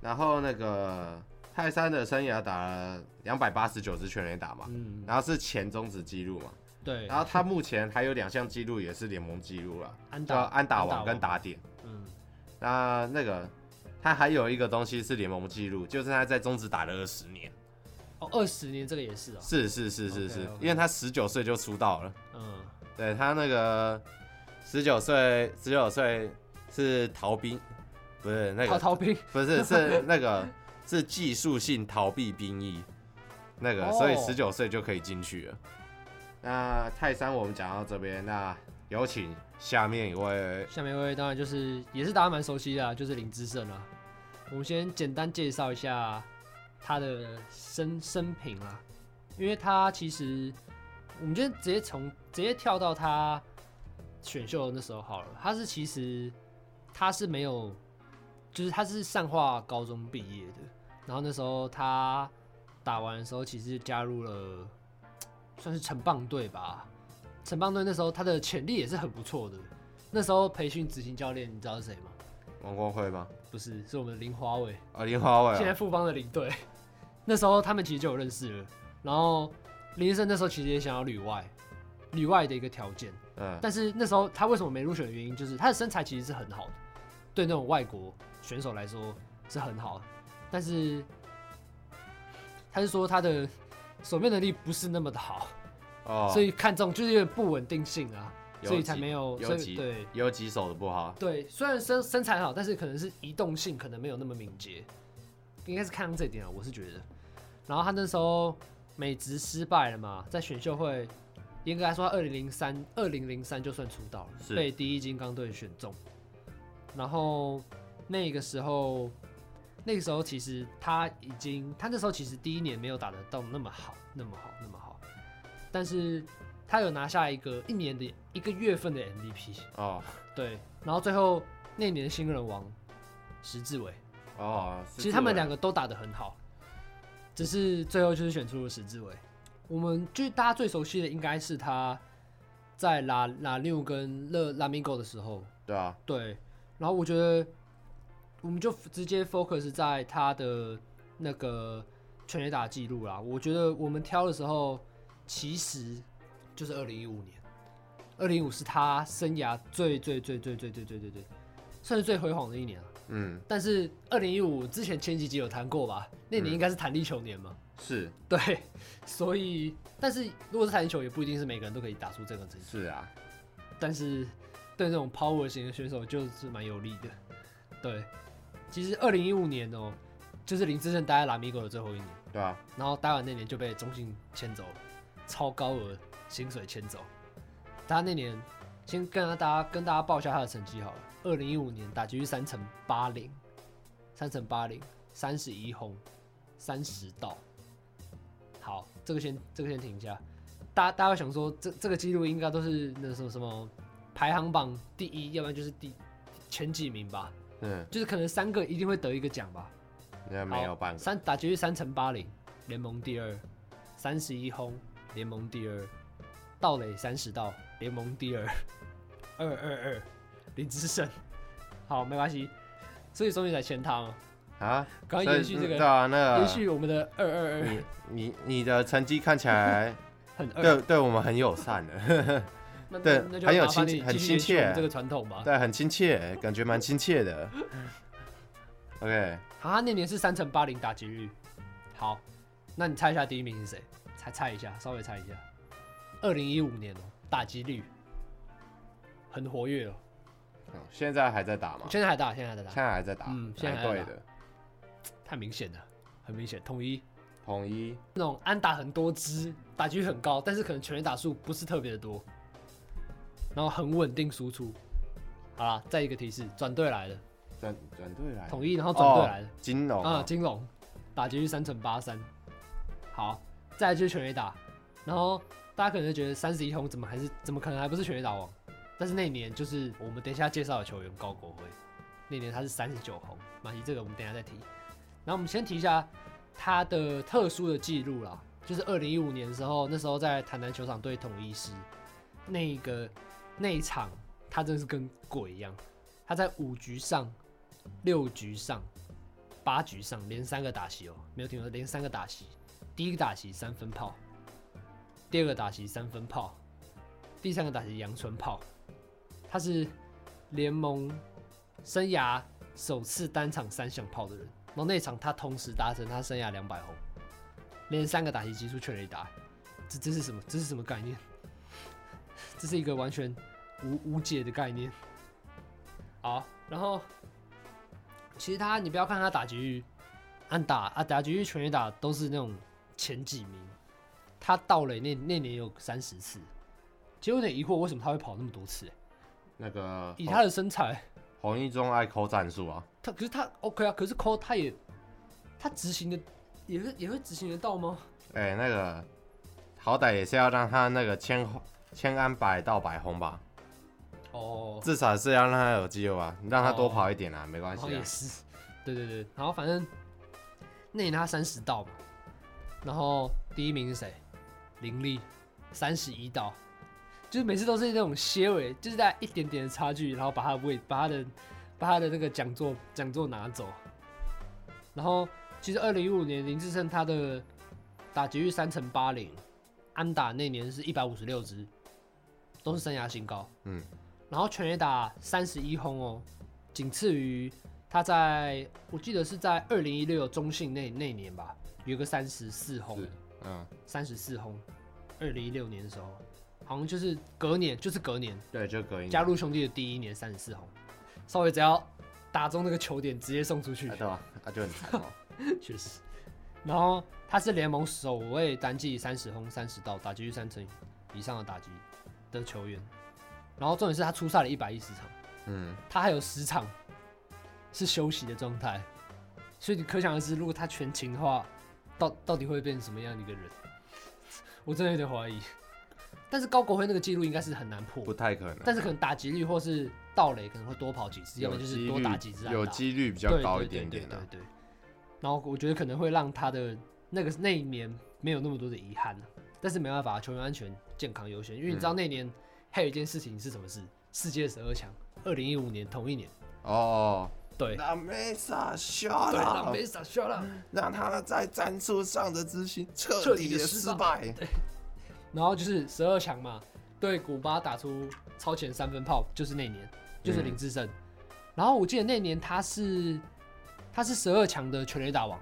[SPEAKER 4] 然后那个泰山的生涯打了两百八十九支全垒打嘛，
[SPEAKER 3] 嗯，
[SPEAKER 4] 然后是前中止纪录嘛，
[SPEAKER 3] 对
[SPEAKER 4] 然，后他目前还有两项纪录也是联盟纪录啊了，
[SPEAKER 3] 安
[SPEAKER 4] 叫
[SPEAKER 3] 打
[SPEAKER 4] 安打王跟打，点。
[SPEAKER 3] 嗯，
[SPEAKER 4] 那那个他还有一个东西是联盟纪录，就是他在中止打了二十年。
[SPEAKER 3] 哦，二十年这个也是哦，
[SPEAKER 4] 是是是是是
[SPEAKER 3] OK，OK
[SPEAKER 4] 因为他十九岁就出道了，
[SPEAKER 3] 嗯，
[SPEAKER 4] 对他那个十九岁十九岁是逃兵，不是那
[SPEAKER 3] 陶
[SPEAKER 4] 个
[SPEAKER 3] 陶兵，
[SPEAKER 4] 不是是那个是技术性逃避兵役，那个、
[SPEAKER 3] 哦
[SPEAKER 4] 所以十九岁就可以进去了。那泰山我们讲到这边，那有请下面一位，
[SPEAKER 3] 下面一位当然就是也是大家蛮熟悉的、啊，就是林志胜啊。我们先简单介绍一下他的生生平啦、因为他其实我们就直接从直接跳到他选秀那时候好了。他是其实他是没有，就是他是上化高中毕业的，然后那时候他打完的时候，其实加入了算是城棒队吧。城棒队那时候他的潜力也是很不错的，那时候培训执行教练你知道是谁吗？
[SPEAKER 4] 王光辉吗？
[SPEAKER 3] 不是，是我们的林华伟，
[SPEAKER 4] 啊，林华
[SPEAKER 3] 现
[SPEAKER 4] 伟、
[SPEAKER 3] 在
[SPEAKER 4] 啊，
[SPEAKER 3] 富邦的领队。 那时候他们其实就有认识了，然后林医生那时候其实也想要旅外，旅外的一个条件，
[SPEAKER 4] 嗯，
[SPEAKER 3] 但是那时候他为什么没入选的原因，就是他的身材其实是很好的，对那种外国选手来说是很好的，但是他是说他的守备能力不是那么的好，
[SPEAKER 4] 哦，
[SPEAKER 3] 所以看重就是有点不稳定性啊，
[SPEAKER 4] 有
[SPEAKER 3] 所以
[SPEAKER 4] 几
[SPEAKER 3] 才没有，所
[SPEAKER 4] 有
[SPEAKER 3] 以
[SPEAKER 4] 几
[SPEAKER 3] 对
[SPEAKER 4] 有几手的不好，
[SPEAKER 3] 对，虽然身身材好，但是可能是移动性可能没有那么敏捷，应该是看上这一点啊，我是觉得。然后他那时候美职失败了嘛，在选秀会，严格来说，二零零三二零零三就算出道
[SPEAKER 4] 是
[SPEAKER 3] 了，被第一金刚队选中。然后那个时候，那个时候其实他已经，他那时候其实第一年没有打得到那么好，那么好，那么好，但是他有拿下一个一年的一个月份的 MVP。
[SPEAKER 4] 哦
[SPEAKER 3] 对，然后最后那年的新人王石志伟，
[SPEAKER 4] 哦，
[SPEAKER 3] 其实他们两
[SPEAKER 4] 个
[SPEAKER 3] 个都打得很好，只是最后就是选出了石志伟。我们就是大家最熟悉的应该是他在拉拉六跟勒拉米狗的时候，
[SPEAKER 4] 对啊，
[SPEAKER 3] 对，然后我觉得我们就直接 focus 在他的那个全垒打记录啦。我觉得我们挑的时候，其实就是二零一五年，二零五是他生涯最最最最最最最最最算是最辉煌的一年了。
[SPEAKER 4] 嗯，
[SPEAKER 3] 但是二零一五之前前几集有谈过吧？那年应该是弹力球年嘛。
[SPEAKER 4] 是
[SPEAKER 3] 对， 所以但是如果是弹力球，也不一定是每个人都可以打出这个成绩。
[SPEAKER 4] 是啊，
[SPEAKER 3] 但是对那种 power 型的选手就是蛮有利的。对，其实二零一五年哦、就是林志胜待在拉米狗的最后一年，
[SPEAKER 4] 对啊，
[SPEAKER 3] 然后待完那年就被中信签走了，超高额薪水签走。他那年先跟大家跟大家报一下他的成绩好了，二零一五年打击率三乘八零，三乘八零，三十一轰，三十道。好，这个先这个先停一下。大家大家会想说，这这个记录应该都是那什么什么排行榜第一，要不然就是第前几名吧，
[SPEAKER 4] 嗯，
[SPEAKER 3] 就是可能三个一定会得一个奖吧。
[SPEAKER 4] 那没有办法，
[SPEAKER 3] 三打击率三乘八零，联盟第二，三十一轰，联盟第二，盗垒三十道，联盟第二，二二二，林志胜，好，没关系，所以终于才签他嘛，
[SPEAKER 4] 啊，
[SPEAKER 3] 赶快
[SPEAKER 4] 所以
[SPEAKER 3] 延续这
[SPEAKER 4] 嗯对
[SPEAKER 3] 个，
[SPEAKER 4] 啊，那个
[SPEAKER 3] 延续我们的二二二，
[SPEAKER 4] 你你你的成绩看起来
[SPEAKER 3] 很 二，
[SPEAKER 4] 对对我们很友善的，
[SPEAKER 3] 那那
[SPEAKER 4] 对
[SPEAKER 3] 那就
[SPEAKER 4] 很有
[SPEAKER 3] 麻烦
[SPEAKER 4] 亲
[SPEAKER 3] 你
[SPEAKER 4] 很
[SPEAKER 3] 继续
[SPEAKER 4] 亲
[SPEAKER 3] 延续我们
[SPEAKER 4] 切
[SPEAKER 3] 这个传统吧。
[SPEAKER 4] 对，很亲切，感觉蛮亲切的。OK，
[SPEAKER 3] 好，他那年是三乘八零打击率，好，那你猜一下第一名是谁？猜猜一下，稍微猜一下，二零一五年哦、打击率很活跃哦、
[SPEAKER 4] 好现在还在打吗？
[SPEAKER 3] 现在还打，现在还在
[SPEAKER 4] 啊现
[SPEAKER 3] 打，
[SPEAKER 4] 在还在打，
[SPEAKER 3] 嗯现在还在
[SPEAKER 4] 对
[SPEAKER 3] 打
[SPEAKER 4] 的，
[SPEAKER 3] 太明显了，很明显，统一
[SPEAKER 4] 统一
[SPEAKER 3] 那种安打很多支，打击率很高，但是可能全垒打数不是特别的多，然后很稳定输出，好啦，再一个提示，转队来的，
[SPEAKER 4] 转转队来，
[SPEAKER 3] 统一然后转队来的
[SPEAKER 4] 哦，金融
[SPEAKER 3] 啊、
[SPEAKER 4] 啊，
[SPEAKER 3] 金龙打击率三乘八三，好，再来就是全垒打，然后大家可能觉得三十一轰怎么还是怎么可能还不是全垒打王？但是那一年就是我们等一下介绍的球员高国辉，那年他是三十九轰，马西这个我们等一下再提。然后我们先提一下他的特殊的记录啦，就是二零一五年的时候，那时候在台南球场对统一师那个那一场，他真的是跟鬼一样，他在五局上、六局上八局上连三个打席哦，没有听说连三个打席。第一个打席三分炮，第二个打席三分炮，第三个打席阳春炮。他是联盟生涯首次单场三响炮的人，然后那场他同时达成他生涯两百轰，连三个打席击出全垒打。这这是什么？这是什么概念？这是一个完全无无解的概念。好，然后其实他，你不要看他打击率，按打啊打击率全垒打都是那种前几名，他盗垒那那年有三十次，其实我有点疑惑为什么他会跑那么多次、欸
[SPEAKER 4] 那个
[SPEAKER 3] 以他的身材，
[SPEAKER 4] 红一中爱抠战术啊，
[SPEAKER 3] 他可是他 OK 啊，可是 call 他也他执行的也会也会执行得到吗？
[SPEAKER 4] 哎、那个好歹也是要让他那个千千安百到百轰吧，
[SPEAKER 3] 哦，
[SPEAKER 4] 至少是要让他有机会吧，你让他多
[SPEAKER 3] 哦
[SPEAKER 4] 跑一点啊，没关
[SPEAKER 3] 好
[SPEAKER 4] 系
[SPEAKER 3] 像
[SPEAKER 4] 啊
[SPEAKER 3] 也。是，对对对，然后反正那年他三十道嘛，然后第一名是谁？林立，三十一道，就是每次都是那种些尾，就是在一点点的差距，然后把他的位，把他的把他的那个讲座讲座拿走。然后其实二零一五年林志胜他的打击率三乘八零，安打那年是一百五十六支，都是生涯新高。
[SPEAKER 4] 嗯，
[SPEAKER 3] 然后全垒打三十一轰哦，仅次于他在我记得是在二零一六中信那那年吧，有个三十四轰
[SPEAKER 4] 是，嗯，
[SPEAKER 3] 三十四轰，二零一六年的时候，好像就是隔年，就是隔年
[SPEAKER 4] 对，就隔音啊
[SPEAKER 3] 加入兄弟的第一年三十四轰，稍微只要打中那个球点，直接送出去
[SPEAKER 4] 啊，，对吧？啊，就很惨哦。
[SPEAKER 3] 确实。然后他是联盟首位单季三十轰、三十盗、打击率三成以上的打击的球员。然后重点是他出赛了一百一十场，
[SPEAKER 4] 嗯，
[SPEAKER 3] 他还有十场是休息的状态，所以你可想而知，如果他全勤的话，到到底会变成什么样的一个人？我真的有点怀疑。但是高国辉那个记录应该是很难破
[SPEAKER 4] 不，太可能。
[SPEAKER 3] 但是可能打击率或是盗垒可能会多跑几次，要不
[SPEAKER 4] 有
[SPEAKER 3] 然
[SPEAKER 4] 几
[SPEAKER 3] 就是
[SPEAKER 4] 率
[SPEAKER 3] 多打几次安打
[SPEAKER 4] 有几率比较
[SPEAKER 3] 对
[SPEAKER 4] 高
[SPEAKER 3] 对
[SPEAKER 4] 一点
[SPEAKER 3] 对
[SPEAKER 4] 点啊的、
[SPEAKER 3] 对对对然后我觉得可能会让他的那个那一年没有那么多的遗憾、啊但是没办法，球员安全健康优先，因为你知道
[SPEAKER 4] 嗯
[SPEAKER 3] 那年还有一件事情是什么事？世界十二强，二零一五年同一年，
[SPEAKER 4] 哦，
[SPEAKER 3] 对。
[SPEAKER 4] 让梅萨笑
[SPEAKER 3] 对，让
[SPEAKER 4] 了，
[SPEAKER 3] 梅萨笑了。
[SPEAKER 4] 让他在战术上的执行
[SPEAKER 3] 彻
[SPEAKER 4] 彻
[SPEAKER 3] 底
[SPEAKER 4] 底
[SPEAKER 3] 地
[SPEAKER 4] 的
[SPEAKER 3] 失
[SPEAKER 4] 失败。
[SPEAKER 3] 然后就是十二强嘛，对古巴打出超前三分炮，就是那年，就是
[SPEAKER 4] 嗯
[SPEAKER 3] 林志胜。然后我记得那年他是他是十二强的全垒打王，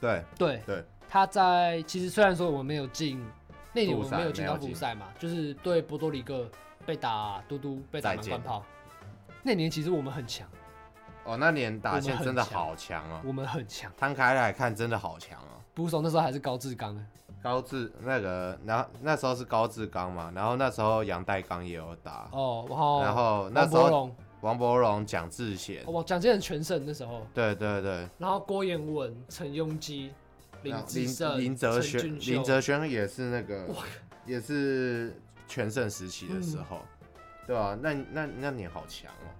[SPEAKER 4] 对
[SPEAKER 3] 对
[SPEAKER 4] 对，
[SPEAKER 3] 他在其实虽然说我们没有进那年我
[SPEAKER 4] 复
[SPEAKER 3] 们
[SPEAKER 4] 赛
[SPEAKER 3] 没有进
[SPEAKER 4] 没
[SPEAKER 3] 到
[SPEAKER 4] 有
[SPEAKER 3] 复
[SPEAKER 4] 进
[SPEAKER 3] 赛嘛，就是对波多黎各被打嘟嘟被打
[SPEAKER 4] 再
[SPEAKER 3] 满
[SPEAKER 4] 见
[SPEAKER 3] 贯炮，那年其实我们很强，
[SPEAKER 4] 哦，那年
[SPEAKER 3] 我
[SPEAKER 4] 打
[SPEAKER 3] 们
[SPEAKER 4] 线
[SPEAKER 3] 很
[SPEAKER 4] 真的
[SPEAKER 3] 强
[SPEAKER 4] 好强哦，
[SPEAKER 3] 我们很强。
[SPEAKER 4] 摊开来看真的好强哦。
[SPEAKER 3] 捕手那时候还是高志刚的，
[SPEAKER 4] 高志那个，然后那时候是高志刚嘛，然后那时候杨代刚也有打，
[SPEAKER 3] 哦，然后
[SPEAKER 4] 然后那
[SPEAKER 3] 王
[SPEAKER 4] 时
[SPEAKER 3] 柏
[SPEAKER 4] 候
[SPEAKER 3] 荣，
[SPEAKER 4] 王伯荣、蒋志贤，
[SPEAKER 3] 哦，蒋介石全胜那时候，
[SPEAKER 4] 对对对，
[SPEAKER 3] 然后郭彦文、陈庸基、林
[SPEAKER 4] 然后
[SPEAKER 3] 志胜、
[SPEAKER 4] 林哲
[SPEAKER 3] 陈
[SPEAKER 4] 轩，
[SPEAKER 3] 俊秀
[SPEAKER 4] 林哲轩也是那个，也是全盛时期的时
[SPEAKER 3] 嗯
[SPEAKER 4] 候，对啊，那那那年好强哦。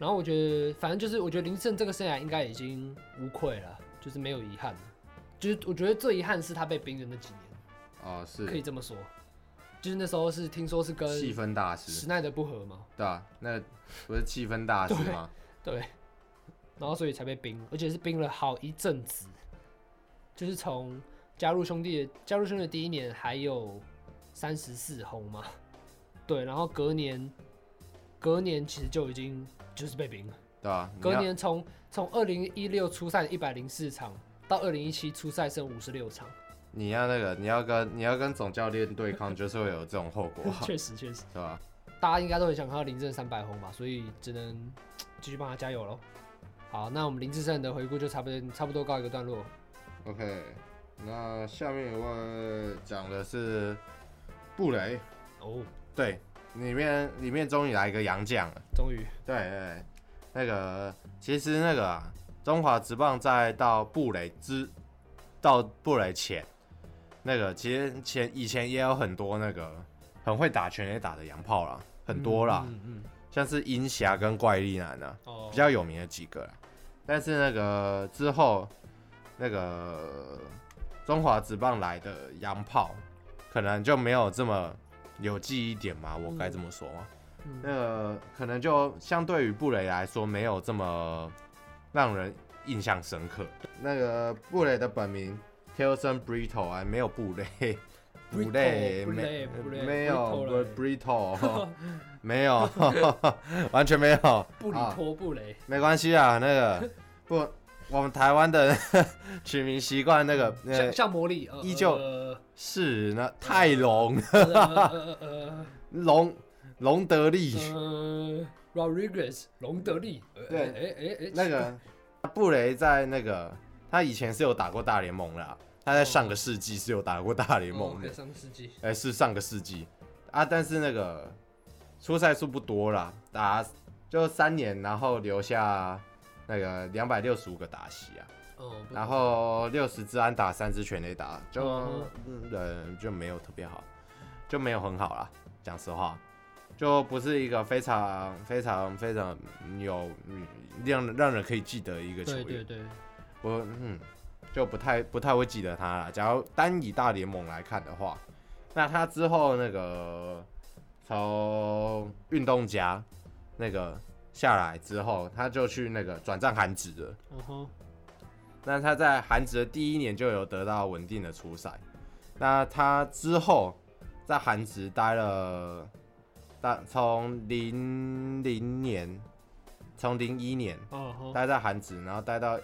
[SPEAKER 3] 然后我觉得，反正就是，我觉得林胜这个生涯应该已经无愧了，就是没有遗憾了。就是我觉得最遗憾是他被冰的那几年，
[SPEAKER 4] 哦，
[SPEAKER 3] 可以
[SPEAKER 4] 是
[SPEAKER 3] 这么说。就是那时候是听说是跟
[SPEAKER 4] 气氛大
[SPEAKER 3] 史
[SPEAKER 4] 师，
[SPEAKER 3] 奈德不合嘛，
[SPEAKER 4] 对啊，那个不是气氛大师吗？
[SPEAKER 3] 对，然后所以才被冰，而且是冰了好一阵子，就是从加入兄弟加入兄弟的第一年还有三十四轰嘛，对，然后隔年隔年其实就已经就是被冰了。
[SPEAKER 4] 对啊，你
[SPEAKER 3] 隔
[SPEAKER 4] 要
[SPEAKER 3] 年从从二零一六初赛一百零四场到二零一七初赛剩五十六场，
[SPEAKER 4] 你要那个，你要跟你要跟总教练对抗，就是会有这种后 果，
[SPEAKER 3] 确实确实，
[SPEAKER 4] 对啊吧？
[SPEAKER 3] 大家应该都很想看到林志胜三百轰吧，所以只能继续帮他加油喽。好，那我们林志胜的回顾就差不多差不多告一个段落。
[SPEAKER 4] OK，那下面一位讲的是布雷，
[SPEAKER 3] 哦，
[SPEAKER 4] 对，里面里面终于来一个洋将了。
[SPEAKER 3] 终于，
[SPEAKER 4] 对对对，那个其实那个、啊、中华职棒在到布雷之到布雷前，那个其实前以前也有很多那个很会打全垒打的洋炮啦，很多啦，
[SPEAKER 3] 嗯嗯嗯，
[SPEAKER 4] 像是鹰侠跟怪力男啊，
[SPEAKER 3] 哦，
[SPEAKER 4] 比较有名的几个啦。但是那个之后，那个中华职棒来的洋炮，可能就没有这么有记忆点嘛，我该这么说吗？
[SPEAKER 3] 嗯
[SPEAKER 4] 那个可能就相对于布雷来说，没有这么让人印象深刻。那个布雷的本名 Tilson Brito 啊，没有布雷，布雷
[SPEAKER 3] Brito，
[SPEAKER 4] 没
[SPEAKER 3] Brito，
[SPEAKER 4] 没有
[SPEAKER 3] Brito
[SPEAKER 4] Brito，没有， 完全没有，
[SPEAKER 3] 布里
[SPEAKER 4] 啊
[SPEAKER 3] 托布雷，
[SPEAKER 4] 没关系啊，那个不，我们台湾的 取名习惯那个那
[SPEAKER 3] 嗯像
[SPEAKER 4] 个
[SPEAKER 3] 像魔力，呃
[SPEAKER 4] 依旧
[SPEAKER 3] 呃
[SPEAKER 4] 是那泰隆
[SPEAKER 3] 呃呃 呃
[SPEAKER 4] 隆隆德利
[SPEAKER 3] 呃呃 Rodriguez 隆德利，呃
[SPEAKER 4] 对
[SPEAKER 3] 哎哎哎，
[SPEAKER 4] 那个布雷在那个他以前是有打过大联盟啦，他在上个世纪是有打过大联
[SPEAKER 3] 哦
[SPEAKER 4] 盟的
[SPEAKER 3] ，OK，，上个世纪，
[SPEAKER 4] 哎、是上个世纪啊，但是那个出赛数不多啦，打就三年，然后留下那个两百六十五个打席啊。
[SPEAKER 3] 哦，不
[SPEAKER 4] 然后六十支安打，三支全垒打，就
[SPEAKER 3] 嗯
[SPEAKER 4] 嗯呃就没有特别好，就没有很好啦。讲实话，就不是一个非常非常非常有嗯让让人可以记得一个球
[SPEAKER 3] 对
[SPEAKER 4] 员。
[SPEAKER 3] 对对，
[SPEAKER 4] 我嗯就不太不太会记得他啦。假如单以大联盟来看的话，那他之后那个从运动家那个下来之后，他就去那个转战韩职了。
[SPEAKER 3] 嗯哼，
[SPEAKER 4] 那他在韩职的第一年就有得到稳定的出赛。那他之后在韩职待了，大从零零年，从零一年
[SPEAKER 3] 哦吼，
[SPEAKER 4] 待在韩职，然后待到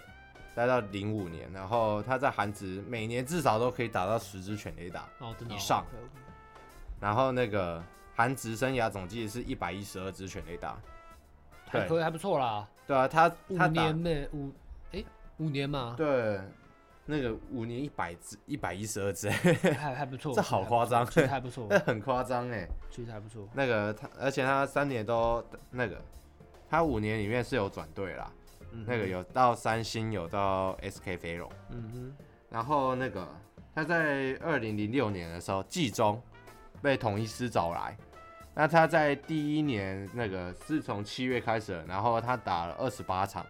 [SPEAKER 4] 待到零五年，然后他在韩职每年至少都可以打到十支全垒打
[SPEAKER 3] 哦，真的
[SPEAKER 4] 以
[SPEAKER 3] 哦
[SPEAKER 4] 上，然后那个韩职生涯总计是一百一十二支全垒打。
[SPEAKER 3] 还可以，还不错啦，
[SPEAKER 4] 对啊，他
[SPEAKER 3] 五
[SPEAKER 4] 他打
[SPEAKER 3] 年呢，五哎五年嘛，
[SPEAKER 4] 对那个五年一百支一百一十二支，
[SPEAKER 3] 还还不错，
[SPEAKER 4] 这好夸张
[SPEAKER 3] 其实还不错，
[SPEAKER 4] 那很夸张哎。
[SPEAKER 3] 其实还不错，
[SPEAKER 4] 那个他，而且他三年都那个，他五年里面是有转队啦，那个有到三星，有到 SK 飞龙，
[SPEAKER 3] 嗯哼，
[SPEAKER 4] 然后那个他在二零零六年的时候，季中被统一师找来。那他在第一年那个是从七月开始的，然后他打了二十八场，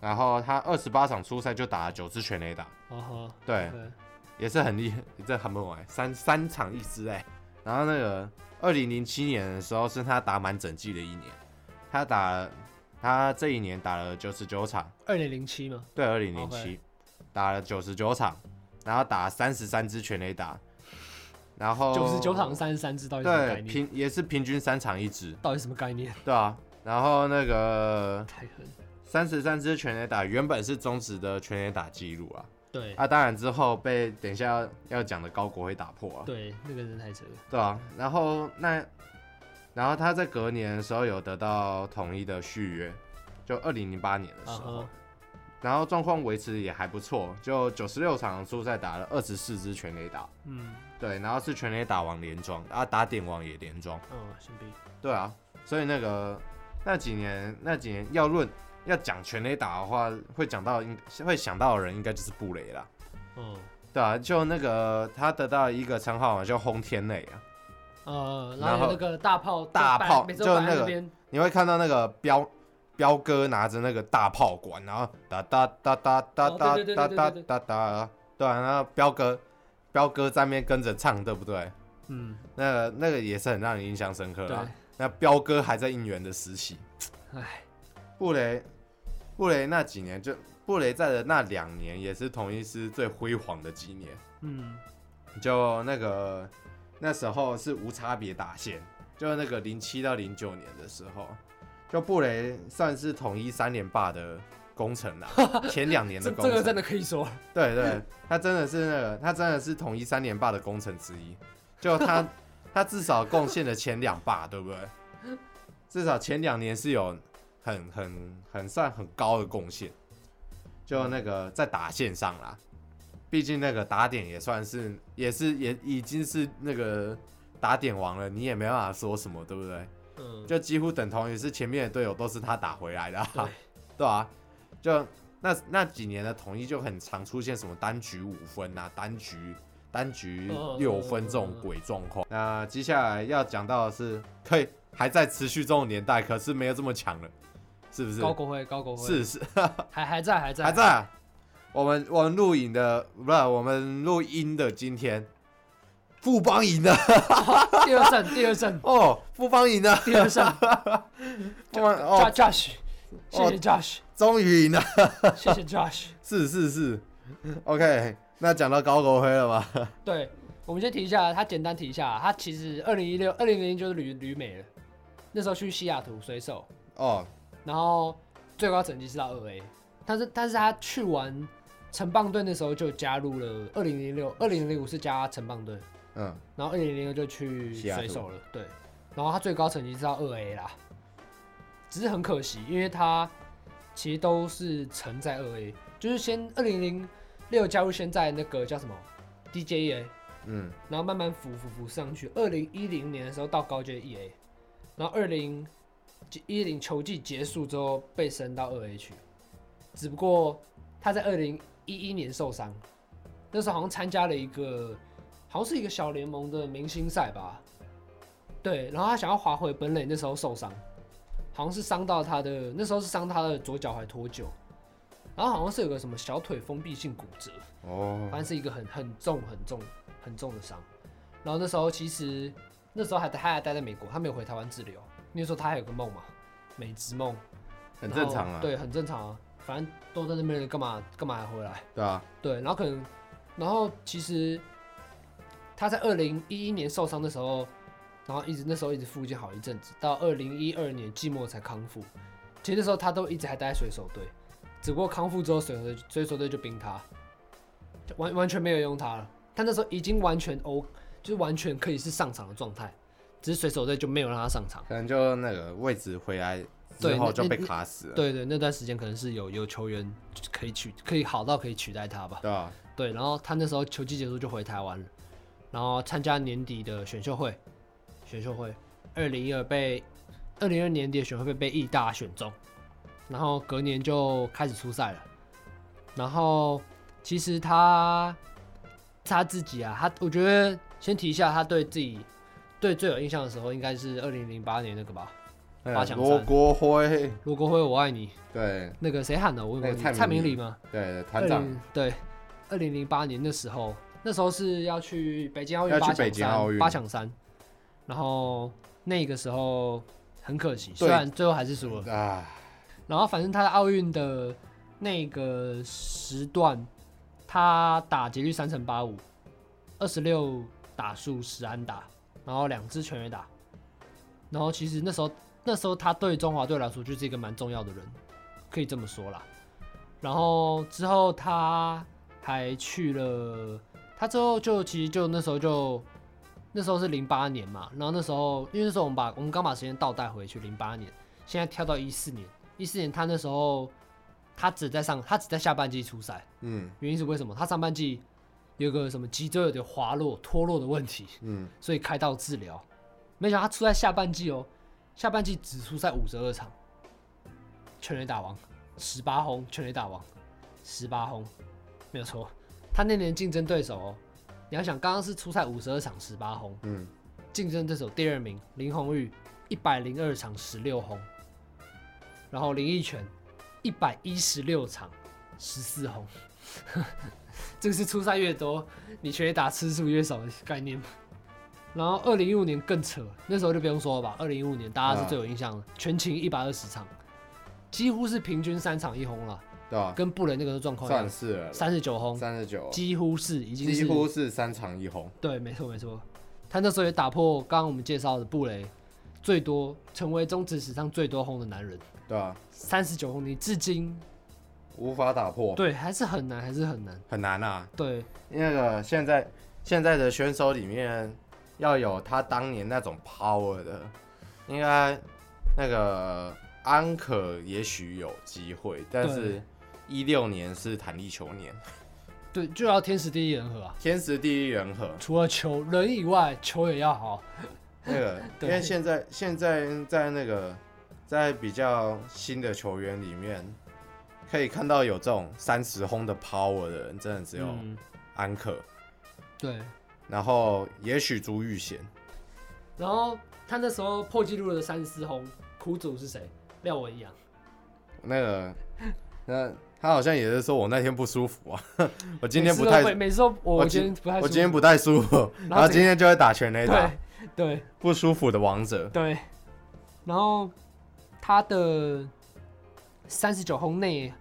[SPEAKER 4] 然后他二十八场初赛就打了九支全垒打，
[SPEAKER 3] 哦吼，
[SPEAKER 4] 对
[SPEAKER 3] OK，
[SPEAKER 4] 也是很厉害，这很猛哎，三三场一支哎。然后那个二零零七年的时候是他打满整季的一年，他打了他这一年打了九十九场，
[SPEAKER 3] 二零零七嘛，
[SPEAKER 4] 对，二零零
[SPEAKER 3] OK
[SPEAKER 4] 七打了九十九场，然后打三十三支全垒打，然后
[SPEAKER 3] 九十九场三十三支，到底什么概
[SPEAKER 4] 哦对
[SPEAKER 3] 念？
[SPEAKER 4] 平也是平均三场一支，
[SPEAKER 3] 到底什么概念？
[SPEAKER 4] 对啊。然后那个
[SPEAKER 3] 太狠，
[SPEAKER 4] 三十三支全垒打原本是中职的全垒打记录啊，
[SPEAKER 3] 对
[SPEAKER 4] 啊，当然之后被等一下要要讲的高国会打破啊，
[SPEAKER 3] 对，那个人太扯了，
[SPEAKER 4] 对啊，然后那，然后他在隔年的时候有得到统一的续约，就二零零八年的
[SPEAKER 3] 啊
[SPEAKER 4] 时候
[SPEAKER 3] 哈，
[SPEAKER 4] 然后状况维持得也还不错，就九十六场初赛打了二十四支全垒打，
[SPEAKER 3] 嗯，
[SPEAKER 4] 对，然后是全垒打王连庄，啊，打点王也连庄，
[SPEAKER 3] 哦，先别，
[SPEAKER 4] 对啊，所以那个那几年那几年要论要讲全垒打的话，会讲到应会想到的人应该就是布雷啦，
[SPEAKER 3] 哦，
[SPEAKER 4] 对啊，就那个他得到一个称号嘛，叫轰天垒啊。
[SPEAKER 3] 呃，
[SPEAKER 4] 然
[SPEAKER 3] 然后有
[SPEAKER 4] 后
[SPEAKER 3] 那个大炮，
[SPEAKER 4] 大
[SPEAKER 3] 摆
[SPEAKER 4] 炮
[SPEAKER 3] 每次都
[SPEAKER 4] 就
[SPEAKER 3] 摆在
[SPEAKER 4] 那
[SPEAKER 3] 那
[SPEAKER 4] 个
[SPEAKER 3] 边，
[SPEAKER 4] 你会看到那个彪彪哥拿着那个大炮管，然后哒哒哒哒哒哒哒哒哒哒，对啊，然后彪哥彪哥在面跟着唱，对不对？
[SPEAKER 3] 嗯，
[SPEAKER 4] 那个那个也是很让人印象深刻
[SPEAKER 3] 对，
[SPEAKER 4] 啦。那彪哥还在应援的时期，
[SPEAKER 3] 唉，
[SPEAKER 4] 布雷布雷那几年就布雷在的那两年也是同一师最辉煌的几年，
[SPEAKER 3] 嗯，
[SPEAKER 4] 就那个那时候是无差别打线，就那个零七到零九年的时候，就布雷算是统一三连霸的工程 啦，前两年的
[SPEAKER 3] 这
[SPEAKER 4] 工
[SPEAKER 3] 这
[SPEAKER 4] 程，
[SPEAKER 3] 个真的可 以说，
[SPEAKER 4] 对对，他真的是那个他真的是统一三连霸的工程之一，就他他至少贡献了前两霸，对不对？至少前两年是有很很很算很高的贡献，就那个在打线上啦，毕竟那个打点也算是也是也已经是那个打点王了，你也没办法说什么，对不对？
[SPEAKER 3] 嗯，
[SPEAKER 4] 就几乎等同于是前面的队友都是他打回来的、
[SPEAKER 3] 对
[SPEAKER 4] 啊， 对啊，就那那几年的统一就很常出现什么单局五分啊，单局单局
[SPEAKER 3] 哦
[SPEAKER 4] 六分这种鬼状况。那接下来要讲到的是，可以还在持续这种年代，可是没有这么强了，是不是？
[SPEAKER 3] 高国辉，高国辉
[SPEAKER 4] 是是
[SPEAKER 3] 还还在还在
[SPEAKER 4] 还在啊。我们我们录影的不是我们录音的今天，富邦赢了
[SPEAKER 3] 第二胜第二胜
[SPEAKER 4] 哦，富邦赢了，
[SPEAKER 3] 第二胜
[SPEAKER 4] 富邦 哦，
[SPEAKER 3] ，Josh，谢谢 Josh，
[SPEAKER 4] 终于赢了。
[SPEAKER 3] 谢谢 Josh。
[SPEAKER 4] 是是是，OK，那讲到高国辉了吗？
[SPEAKER 3] 对，我们先提一下，他简单提一下，他其实二零一六、二零零就是旅旅美了，那时候去西雅图水手，
[SPEAKER 4] 哦，
[SPEAKER 3] 然后最高成绩是到二 A，但是但是他去完城棒队那时候就加入了二零零六、二零零五是加城棒队，
[SPEAKER 4] 嗯，
[SPEAKER 3] 然后二零零六就去
[SPEAKER 4] 西雅图
[SPEAKER 3] 水手了，对，然后他最高成绩是到二 A 啦，只是很可惜，因为他其实都是沉在二 A，就是先二零零六加入现在那个叫什么 E DJA。
[SPEAKER 4] 嗯，
[SPEAKER 3] 然后慢慢浮浮浮上去。二零一零年的时候到高阶 EA，然后二零一零球季结束之后被升到二 A 去，只不过他在二零一一年受伤，那时候好像参加了一个好像是一个小联盟的明星赛吧，对，然后他想要滑回本垒，那时候受伤，好像是伤到他的那时候是伤他的左脚踝脱臼，然后好像是有个什么小腿封闭性骨折。
[SPEAKER 4] 哦
[SPEAKER 3] 反，正是一个很很重、很重、很重的伤。然后那时候其实那时候还他还待在美国，他没有回台湾治疗。那时候他还有个梦嘛，美职梦，
[SPEAKER 4] 很
[SPEAKER 3] 然后
[SPEAKER 4] 正常啊，
[SPEAKER 3] 对，很正常啊。反正都在那边了，干嘛干嘛还回来？
[SPEAKER 4] 对啊，
[SPEAKER 3] 对，然后可能，然后其实他在二零一一年受伤的时候，然后一直那时候一直复健好一阵子，到二零一二年季末才康复。其实那时候他都一直还待在水手队，只不过康复之后水手队水手队就冰他，就完完全没有用他了。他那时候已经完全 O，就是完全可以是上场的状态，只是水手队就没有让他上场。
[SPEAKER 4] 可能就那个位置回来之
[SPEAKER 3] 对
[SPEAKER 4] 后
[SPEAKER 3] 那
[SPEAKER 4] 就被
[SPEAKER 3] 那
[SPEAKER 4] 卡死了，
[SPEAKER 3] 对对，那段时间可能是有有球员可以取可以好到可以取代他吧。
[SPEAKER 4] 对啊，
[SPEAKER 3] 对，然后他那时候球季结束就回台湾了，然后参加年底的选秀会，选秀会，二零一二被二零二年底的选秀会被义大选中，然后隔年就开始出赛了。然后其实他他自己啊，他我觉得先提一下他对自己对最有印象的时候，应该是二零零八年那个吧，
[SPEAKER 4] 那
[SPEAKER 3] 八
[SPEAKER 4] 个
[SPEAKER 3] 强
[SPEAKER 4] 罗
[SPEAKER 3] 赛
[SPEAKER 4] 国辉，
[SPEAKER 3] 罗国辉我爱你，
[SPEAKER 4] 对
[SPEAKER 3] 那个谁喊的？我
[SPEAKER 4] 那
[SPEAKER 3] 问
[SPEAKER 4] 个
[SPEAKER 3] 过
[SPEAKER 4] 蔡
[SPEAKER 3] 你，蔡
[SPEAKER 4] 明
[SPEAKER 3] 明
[SPEAKER 4] 理
[SPEAKER 3] 理吗？
[SPEAKER 4] 对，
[SPEAKER 3] 二
[SPEAKER 4] 团长
[SPEAKER 3] 零对，二零零八年的时候，那时候是要去北京奥运
[SPEAKER 4] 要去
[SPEAKER 3] 八强
[SPEAKER 4] 北京奥
[SPEAKER 3] 三，
[SPEAKER 4] 运
[SPEAKER 3] 八强三，然后那个时候很可惜，
[SPEAKER 4] 对
[SPEAKER 3] 虽然最后还是输了。
[SPEAKER 4] 啊，
[SPEAKER 3] 然后反正他在奥运的那个时段，他打劫率三乘八五，二十六打数十安打，然后两支全垒打。然后其实那时候那时候他对中华队来说就是一个蛮重要的人，可以这么说啦。然后之后他还去了，他之后就其实就那时候就那时候是零八年嘛，然后那时候因为那时候我们把我们刚把时间倒带回去零八年，现在跳到一四年，一四年他那时候他只在上他只在下半季出赛，
[SPEAKER 4] 嗯
[SPEAKER 3] 原因是为什么？他上半季有个什么脊椎有点滑落脱落的问题，
[SPEAKER 4] 嗯，
[SPEAKER 3] 所以开刀治疗。没想到他出在下半季哦，下半季只出赛五十二场，全垒打王，十八轰，全垒打王，十八轰，没有错。他那年竞争对手哦，你要想刚刚是出赛五十二场十八轰，
[SPEAKER 4] 嗯，
[SPEAKER 3] 竞争对手第二名林红玉一百零二场十六轰，然后林奕泉一百一十六场十四轰， 这个是出赛越多，你全垒打次数越少的概念吗。然后二零一五年更扯，那时候就不用说了吧。二零一五年大家是最有印象的，全勤一百二十场，几乎是平均三场一轰了，
[SPEAKER 4] 对啊，
[SPEAKER 3] 跟布雷那个状况一
[SPEAKER 4] 算
[SPEAKER 3] 样，
[SPEAKER 4] 是了，
[SPEAKER 3] 三十九轰，
[SPEAKER 4] 三十九，
[SPEAKER 3] 几乎是已经是
[SPEAKER 4] 几乎是三场一红，
[SPEAKER 3] 对，没错没错，他那时候也打破刚刚我们介绍的布雷最多，成为中职史上最多轰的男人，
[SPEAKER 4] 对啊，
[SPEAKER 3] 三十九轰，你至今
[SPEAKER 4] 无法打破，
[SPEAKER 3] 对还是很难，还是很难。
[SPEAKER 4] 很难啊，
[SPEAKER 3] 对，
[SPEAKER 4] 那个现在现在的选手里面要有他当年那种 power 的，应该那个安可也许有机会，但是
[SPEAKER 3] 对
[SPEAKER 4] 一六年是弹力球年，
[SPEAKER 3] 对，就要天时地利人和啊。
[SPEAKER 4] 天时地利人和。
[SPEAKER 3] 除了球人以外，球也要好。啊
[SPEAKER 4] 那个，因
[SPEAKER 3] 对
[SPEAKER 4] 为现在现在在那个在比较新的球员里面，可以看到有这种三十轰的 power 的人，真的只有
[SPEAKER 3] 嗯，
[SPEAKER 4] 安可，
[SPEAKER 3] 对。
[SPEAKER 4] 然后也许朱玉贤，
[SPEAKER 3] 然后他那时候破纪录的三十四轰，苦主是谁？廖文阳。
[SPEAKER 4] 那个那他好像也是说我那天不舒服啊， 我今天
[SPEAKER 3] 每
[SPEAKER 4] 不
[SPEAKER 3] 次都
[SPEAKER 4] 太
[SPEAKER 3] 会，每次都我
[SPEAKER 4] 我
[SPEAKER 3] 今天
[SPEAKER 4] 今
[SPEAKER 3] 不太舒服，
[SPEAKER 4] 我今天不太舒服，
[SPEAKER 3] 然
[SPEAKER 4] 然
[SPEAKER 3] 后
[SPEAKER 4] 后
[SPEAKER 3] 这个
[SPEAKER 4] 今天就会打全垒打
[SPEAKER 3] 对，对
[SPEAKER 4] 不舒服的王者，
[SPEAKER 3] 对。然后他的三十九轰内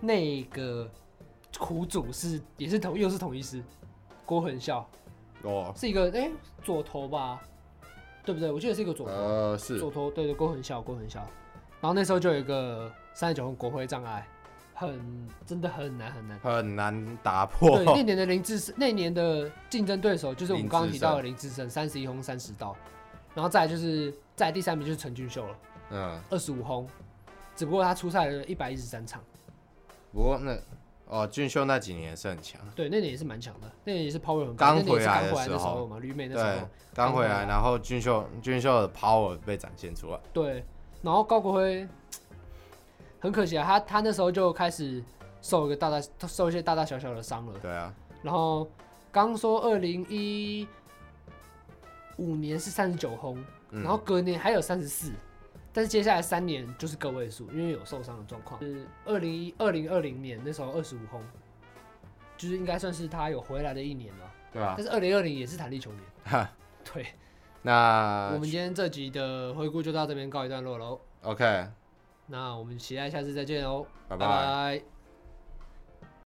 [SPEAKER 3] 那个苦主是也是同又是同一师郭恒孝，
[SPEAKER 4] 哦，
[SPEAKER 3] 是一个哎、左投吧，对不对？我记得是一个左投。
[SPEAKER 4] 呃是
[SPEAKER 3] 左投对对，勾很小，勾很小。然后那时候就有一个三十九红国徽障碍，很真的很难很难。
[SPEAKER 4] 很难打
[SPEAKER 3] 对，那
[SPEAKER 4] 破，
[SPEAKER 3] 年的林志胜，那年的竞争对手就是我们
[SPEAKER 4] 林
[SPEAKER 3] 刚刚
[SPEAKER 4] 志
[SPEAKER 3] 提到的
[SPEAKER 4] 胜
[SPEAKER 3] 林志胜，三十一轰三十道，然后再来就是再来第三名就是陈俊秀了，
[SPEAKER 4] 嗯，
[SPEAKER 3] 二十五轰，只不过他出赛了一百一十三场，
[SPEAKER 4] 不过那哦俊秀那几年也是很强。
[SPEAKER 3] 对，那年也是蛮强的，那年也是 power 很高，
[SPEAKER 4] 刚
[SPEAKER 3] 那年也
[SPEAKER 4] 回
[SPEAKER 3] 是
[SPEAKER 4] 来
[SPEAKER 3] 刚
[SPEAKER 4] 的
[SPEAKER 3] 回来
[SPEAKER 4] 时
[SPEAKER 3] 的时
[SPEAKER 4] 候
[SPEAKER 3] 候嘛，旅美那时
[SPEAKER 4] 对
[SPEAKER 3] 候，，
[SPEAKER 4] 刚回
[SPEAKER 3] 刚回
[SPEAKER 4] 来，
[SPEAKER 3] 来
[SPEAKER 4] 然后俊秀俊秀的 power 被展现出来，
[SPEAKER 3] 对，然后高国辉很可惜啊，他他那时候就开始受一个大大受一些大大小小的伤了。
[SPEAKER 4] 对啊，
[SPEAKER 3] 然后刚说二零一五年是三十九轰，
[SPEAKER 4] 嗯
[SPEAKER 3] 然后隔年还有三十四，但是接下来三年就是个位数，因为有受伤的状况。是二零一二零二零年那时候二十五轰，就是应该算是他有回来的一年了。
[SPEAKER 4] 对啊
[SPEAKER 3] 但，是二零二零也是弹力球年。
[SPEAKER 4] 哈啊
[SPEAKER 3] 对，我
[SPEAKER 4] 那
[SPEAKER 3] 们今天这集的回顾就到这边告一段落喽。
[SPEAKER 4] OK，
[SPEAKER 3] 那我们期待下次再见哦，
[SPEAKER 4] 拜
[SPEAKER 3] 拜
[SPEAKER 4] 拜。
[SPEAKER 3] 拜